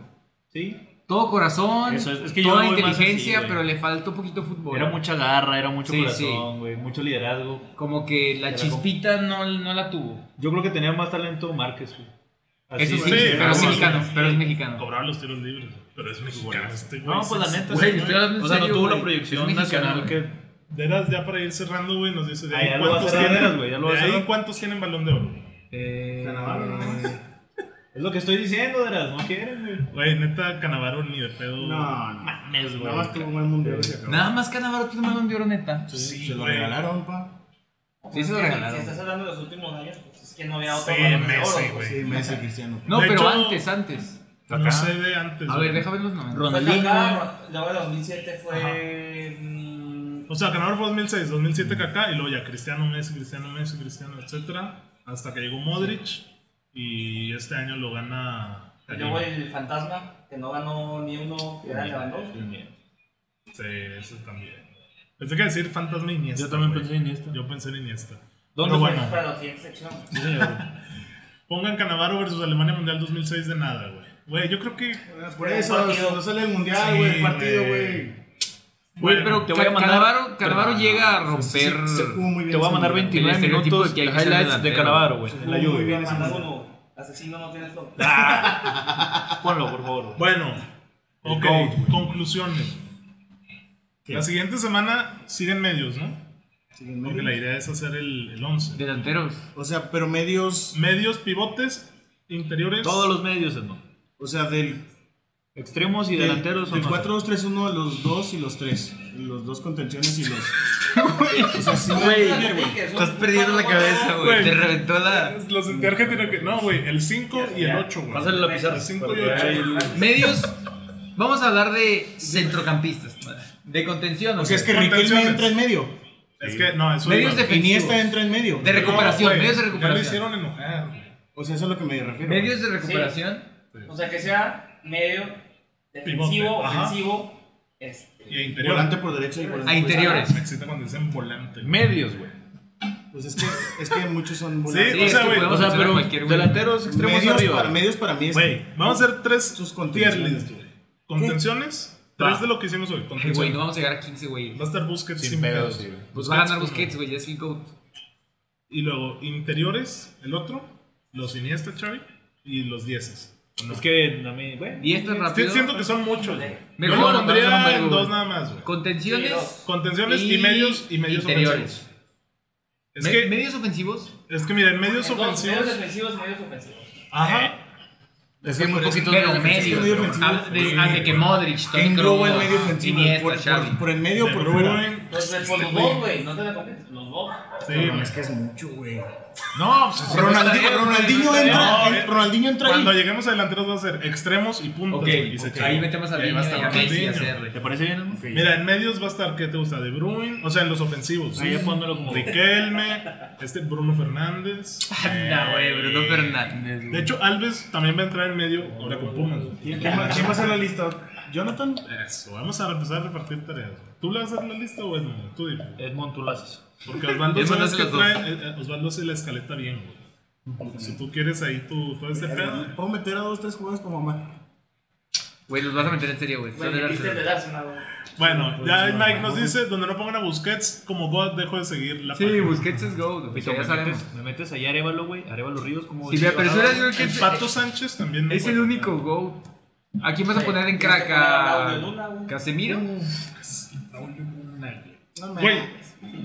S2: Sí.
S4: Todo corazón,
S2: Eso es- es que yo
S4: toda
S2: voy más
S4: inteligencia,
S2: así, güey.
S4: pero le faltó poquito fútbol.
S2: Era mucha garra, era mucho
S4: Sí,
S2: corazón, güey, mucho liderazgo.
S4: Como que la
S2: Era
S4: chispita no, no la tuvo.
S2: Yo creo que tenía más talento Márquez, güey. Así,
S4: Eso sí,
S2: güey.
S1: sí,
S4: pero es
S1: sí,
S4: mexicano.
S1: sí.
S4: Pero es mexicano.
S1: Cobraba los tiros libres, güey. Pero es mexicano este, güey.
S2: No, pues la
S1: Sí,
S2: neta,
S1: güey,
S4: sí,
S1: ¿no?
S4: estoy hablando-
S2: O sea, no
S4: serio,
S2: tuvo
S4: güey.
S2: la proyección
S4: Es mexicano,
S2: nacional que...
S1: De las ya para ir cerrando, güey, nos dice de
S2: Ah,
S1: ahí
S2: ya lo va a
S1: cuántos
S2: cerrar,
S1: tienen,
S2: güey, ya lo va
S1: de
S2: a
S1: ahí
S2: cerrar.
S1: cuántos tienen balón de oro.
S4: Eh,
S2: Es lo que estoy diciendo, Eras, no quieren, güey.
S1: Güey, neta, Canavaro ni de pedo.
S3: No, no.
S2: Mames,
S3: Nada más tuvo un buen mundial y se acabó.
S4: nada más Canavaro tiene un balón de oro neta.
S1: Sí,
S3: Se lo
S1: güey.
S3: regalaron, pa.
S4: Sí, se lo
S8: Si-
S4: regalaron.
S8: Si estás hablando de los últimos años, pues es que no había otro
S1: Sí,
S8: balón de
S1: Messi,
S8: oro, pues.
S1: güey.
S3: Sí, Messi, Cristiano.
S4: No,
S1: De
S4: pero
S1: hecho-
S4: antes, antes.
S1: No sé de antes.
S4: A
S1: güey.
S4: ver, déjame ver los 90.
S8: Fue
S2: Ronaldinho.
S8: Kaká, Luego el 2007 fue. mm,
S1: O sea, Canavaro fue 2006, 2007 Kaká y luego ya Cristiano Messi, Cristiano Messi, Cristiano, etcétera, hasta que llegó Modric y este año lo gana
S8: Luego
S1: Karim.
S8: el fantasma, que no ganó ni uno, que era Lewandowski.
S1: Sí, eso también. Pensé que decir fantasma Iniesta.
S2: Yo también
S1: güey.
S2: pensé en esto.
S1: Yo pensé en Iniesta.
S2: ¿Dónde
S1: Pero
S2: fue?
S1: bueno,
S8: Para la siguiente sección.
S2: Sí, señor, güey.
S1: pongan Canavaro versus Alemania Mundial 2006 de nada, güey. Güey, yo creo que
S3: Por eso,
S8: Partido.
S3: no sale el mundial,
S1: Sí,
S3: güey, el partido,
S1: güey.
S3: güey.
S1: Bueno,
S4: Güey, pero
S2: te voy a mandar-
S4: Canavaro, Canavaro
S2: Perdón.
S4: llega a romper.
S3: Se jugó muy bien
S2: Te voy a
S3: ese
S2: mandar
S3: mundial.
S2: 29
S4: El estereotipo
S2: minutos
S4: de que hay
S2: de
S4: que ser
S2: highlights de
S4: delantero.
S2: Canavaro, güey.
S3: Se
S2: La
S3: jugó muy
S2: Juve.
S3: bien ese
S8: Mandar
S3: mundial.
S8: uno. Asesino no tiene flow.
S2: Ah, Ponlo, por favor.
S1: Bueno,
S2: El
S1: ok,
S2: GOAT, güey.
S1: conclusiones. La siguiente semana siguen medios, ¿no?
S3: Sí, en
S1: Porque la
S3: medio.
S1: idea es hacer el 11.
S4: Delanteros.
S3: O sea, pero medios,
S1: Medios, pivotes, interiores.
S2: Todos los medios, hermano.
S3: o sea, del,
S2: Extremos y
S3: del,
S2: delanteros son
S3: del 4-2-3-1, los dos y los tres. Los dos contenciones y los. o sea, sí, güey.
S4: Estás perdiendo la cabeza,
S1: Güey.
S4: güey. Te reventó la.
S1: Los de Argentina que. No, güey. El 5 y el 8, güey.
S2: Pásale la pizarra.
S1: El 5 y
S2: Porque
S1: 8.
S2: hay-
S4: Medios. Vamos a hablar de centrocampistas. De contención.
S3: O
S4: o
S3: sea, es
S4: sea,
S3: que Riquelme
S1: Contenciones.
S3: entra en medio.
S1: Es que, no, eso
S4: Medios
S1: iba.
S4: de-
S3: Iniesta entra en medio.
S4: De recuperación,
S1: güey,
S4: medios de
S1: Ya lo
S4: recuperación.
S1: hicieron enojar, güey.
S3: O sea, eso es a lo que me refiero.
S4: Medios de recuperación.
S8: O sea, que sea medio, defensivo,
S1: Pivote, ajá.
S8: ofensivo. Este,
S1: Y
S3: güey.
S1: interior.
S3: Volante por derecha y volante
S4: A
S3: por
S4: interiores.
S1: Ah, Me excita cuando dicen volante. güey.
S2: Medios, güey.
S3: Pues es que, es que muchos son
S1: Sí,
S3: volantes.
S1: o sea,
S4: es que
S1: güey,
S4: podemos
S2: O sea,
S4: hacer
S2: pero
S4: cualquier güey.
S2: delanteros, extremos
S3: medios,
S2: arriba.
S3: para, medios para mí es.
S1: Güey, vamos a hacer tres
S3: Sus
S1: tier
S3: contenciones.
S1: list, güey. Contenciones, Tres de lo que hicimos hoy. con
S4: Ay, güey,
S1: Tinsel.
S4: no vamos a llegar a 15, güey.
S1: Va a estar Busquets sin,
S2: Sin pedos,
S1: pedos.
S2: sí, güey.
S4: Pues va a ganar
S1: pues,
S4: Busquets, güey, ya es cinco.
S1: Y luego, interiores, el otro, los Iniesta, Xavi, y los dieces.
S2: Es que a mí, bueno.
S4: Y esto es
S1: Sí,
S4: rápido.
S1: siento que son muchos. güey.
S4: Mejor,
S1: Yo lo
S4: no, no, no,
S1: pondría
S4: no,
S1: en
S4: no,
S1: dos
S4: no.
S1: nada más, güey.
S4: Contenciones.
S1: Contenciones y, medios y medios
S4: interiores.
S1: ofensivos. Es
S4: Me-
S1: que,
S4: medios ofensivos.
S1: es que miren, medios
S8: Entonces, Medios
S1: ofensivos.
S8: defensivos, medios ofensivos.
S3: Eh,
S1: Ajá.
S9: Es que muy
S4: Pero
S9: poquito
S4: medios.
S3: medio ofensivo.
S4: Habla de, habla de que Modric,
S3: ¿Qué
S4: Toni
S3: engloba el
S4: Kroos,
S3: medio ofensivo?
S4: Iniesta,
S3: Por, por,
S4: Xavi.
S3: por el medio o
S1: De
S3: por fuera.
S1: Bruyne.
S8: Entonces, Pues, por
S1: Este,
S8: los
S1: güey.
S8: dos, güey, no te la comentes, los dos.
S1: Sí,
S3: No,
S1: güey.
S3: es que es mucho, güey.
S2: No, pues es-
S3: Ronaldinho, Ronaldinho entra,
S1: No, eh,
S3: en- Ronaldinho entra ahí.
S1: Cuando lleguemos a delanteros va a ser extremos y puntos.
S4: Ok,
S1: güey, y se
S4: ok,
S1: chinga.
S4: ahí metemos a
S1: Y ahí
S4: Vini
S1: va a
S4: y a
S1: estar
S4: Messi y a
S1: Ronaldinho.
S4: CR.
S2: ¿Te parece bien? Elmo?
S1: Mira, en medios va a estar, ¿qué te gusta? De Bruin, o sea, en los ofensivos.
S2: Ahí ya pónmelo como.
S1: Riquelme, este Bruno Fernández.
S4: Ah, No, güey, Bruno
S1: Eh,
S4: Fernández. güey.
S1: De hecho, Alves también va a entrar en medio ahora con Pumas.
S3: ¿Quién quién va quién va a hacer la lista? ¿Jonathan?
S1: Eso, vamos a empezar a repartir tareas. ¿Tú le vas a dar la lista o Edmundo? Tú dime.
S2: Edmond, tú lo haces.
S1: Porque Osvaldo,
S4: Edmundo
S1: ¿sabes
S4: hace
S1: qué
S4: las dos.
S1: trae? Eh, eh, Osvaldo hace la escaleta bien, güey. Si tú quieres ahí tú, todo ese pedo.
S3: Puedo meter a dos, tres jugadores como mamá.
S4: Güey, los vas a meter en serio, güey. Son
S8: Güey,
S4: del
S8: me quiste el
S4: Arsenal.
S8: del Arsenal, güey.
S1: Bueno, ya Mike nos dice, donde no pongan a Busquets, como God dejo de seguir la
S4: Sí,
S1: página.
S4: Busquets es gold. güey,
S2: Pito,
S4: Pues Ya
S2: me,
S4: sabemos.
S2: metes, me metes ahí a Arevalo, güey. Arevalo Ríos, como.
S4: Sí, pero eso era- yo creo que
S1: El
S4: es-
S1: Pato Sánchez también. no
S4: es el
S1: puede.
S4: único gold. ¿A quién vas a
S8: Sí,
S4: poner en
S8: tienes que
S4: crack?
S8: poner a Raúl de Luna,
S4: ¿A
S8: güey.
S4: Casemiro?
S3: No,
S1: Güey,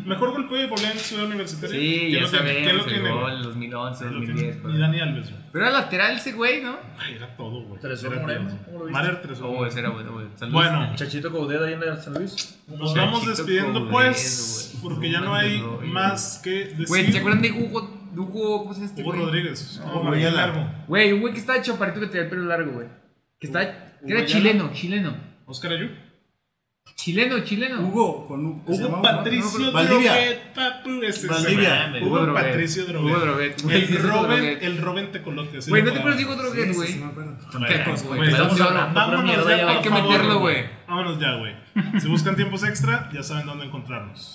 S1: mejor golpe de volea en Ciudad Universitaria.
S4: Sí,
S1: ¿Quién
S4: ya
S1: lo tiene? ¿Quién lo
S4: sabemos. El
S1: tiene?
S4: gol, el pues. 2011,
S1: ¿Quién lo
S4: 2010.
S1: tiene?
S4: por
S1: Y
S4: ahí.
S1: Dani Alves, güey.
S4: Pero era lateral ese güey, ¿no?
S1: Ay, era todo, güey.
S2: Tresor
S1: Era
S2: Moreno,
S1: todo.
S2: ¿cómo lo viste?
S1: Marer Tresor
S4: Oh,
S1: Moreno.
S4: ese era bueno, güey. Saludos.
S1: Bueno,
S2: Chachito Caudeda ahí en la San Luis.
S1: nos vamos
S4: Chachito
S1: despidiendo
S4: Cobredo,
S1: pues,
S4: güey.
S1: porque ya no
S4: Román
S1: hay
S4: Rodríguez.
S1: más que decir.
S4: Güey, ¿se acuerdan de Hugo? de Hugo ¿Cómo se llama este
S1: Hugo
S4: güey?
S1: Rodríguez.
S3: No,
S1: No,
S3: güey,
S1: Mario
S3: ya la-
S1: Largo.
S4: Güey, un güey que estaba chaparrito que tenía el pelo largo, güey. Que estaba... Que era chileno, chileno.
S1: Oscar Ayú.
S4: Chileno, chileno.
S3: Hugo, con U- ¿se
S1: Hugo
S3: llamaba?
S1: Patricio
S3: Valdivia.
S1: Drogueta. pu, ese es
S3: Valdivia.
S1: el nombre. Hugo
S4: Droguet.
S1: Patricio
S4: Hugo
S1: Drogueta.
S4: Droguet. Güey, sí,
S1: El
S4: es Hugo
S1: Robin,
S4: Droguet.
S1: el Robin Tecolote. así
S4: Güey,
S1: lo
S4: ¿no te acuerdas de Hugo
S1: llamamos.
S4: Droguet, güey?
S3: me acuerdo.
S4: Tecos, güey.
S1: Güey,
S4: Estamos
S2: estamos
S4: hablando.
S2: hablando.
S1: Vámonos
S2: Mierda,
S1: ya,
S2: ya,
S1: por
S4: hay que
S1: favor,
S4: meterlo, güey.
S1: Vámonos ya, güey. Si buscan tiempos extra, ya saben dónde encontrarnos.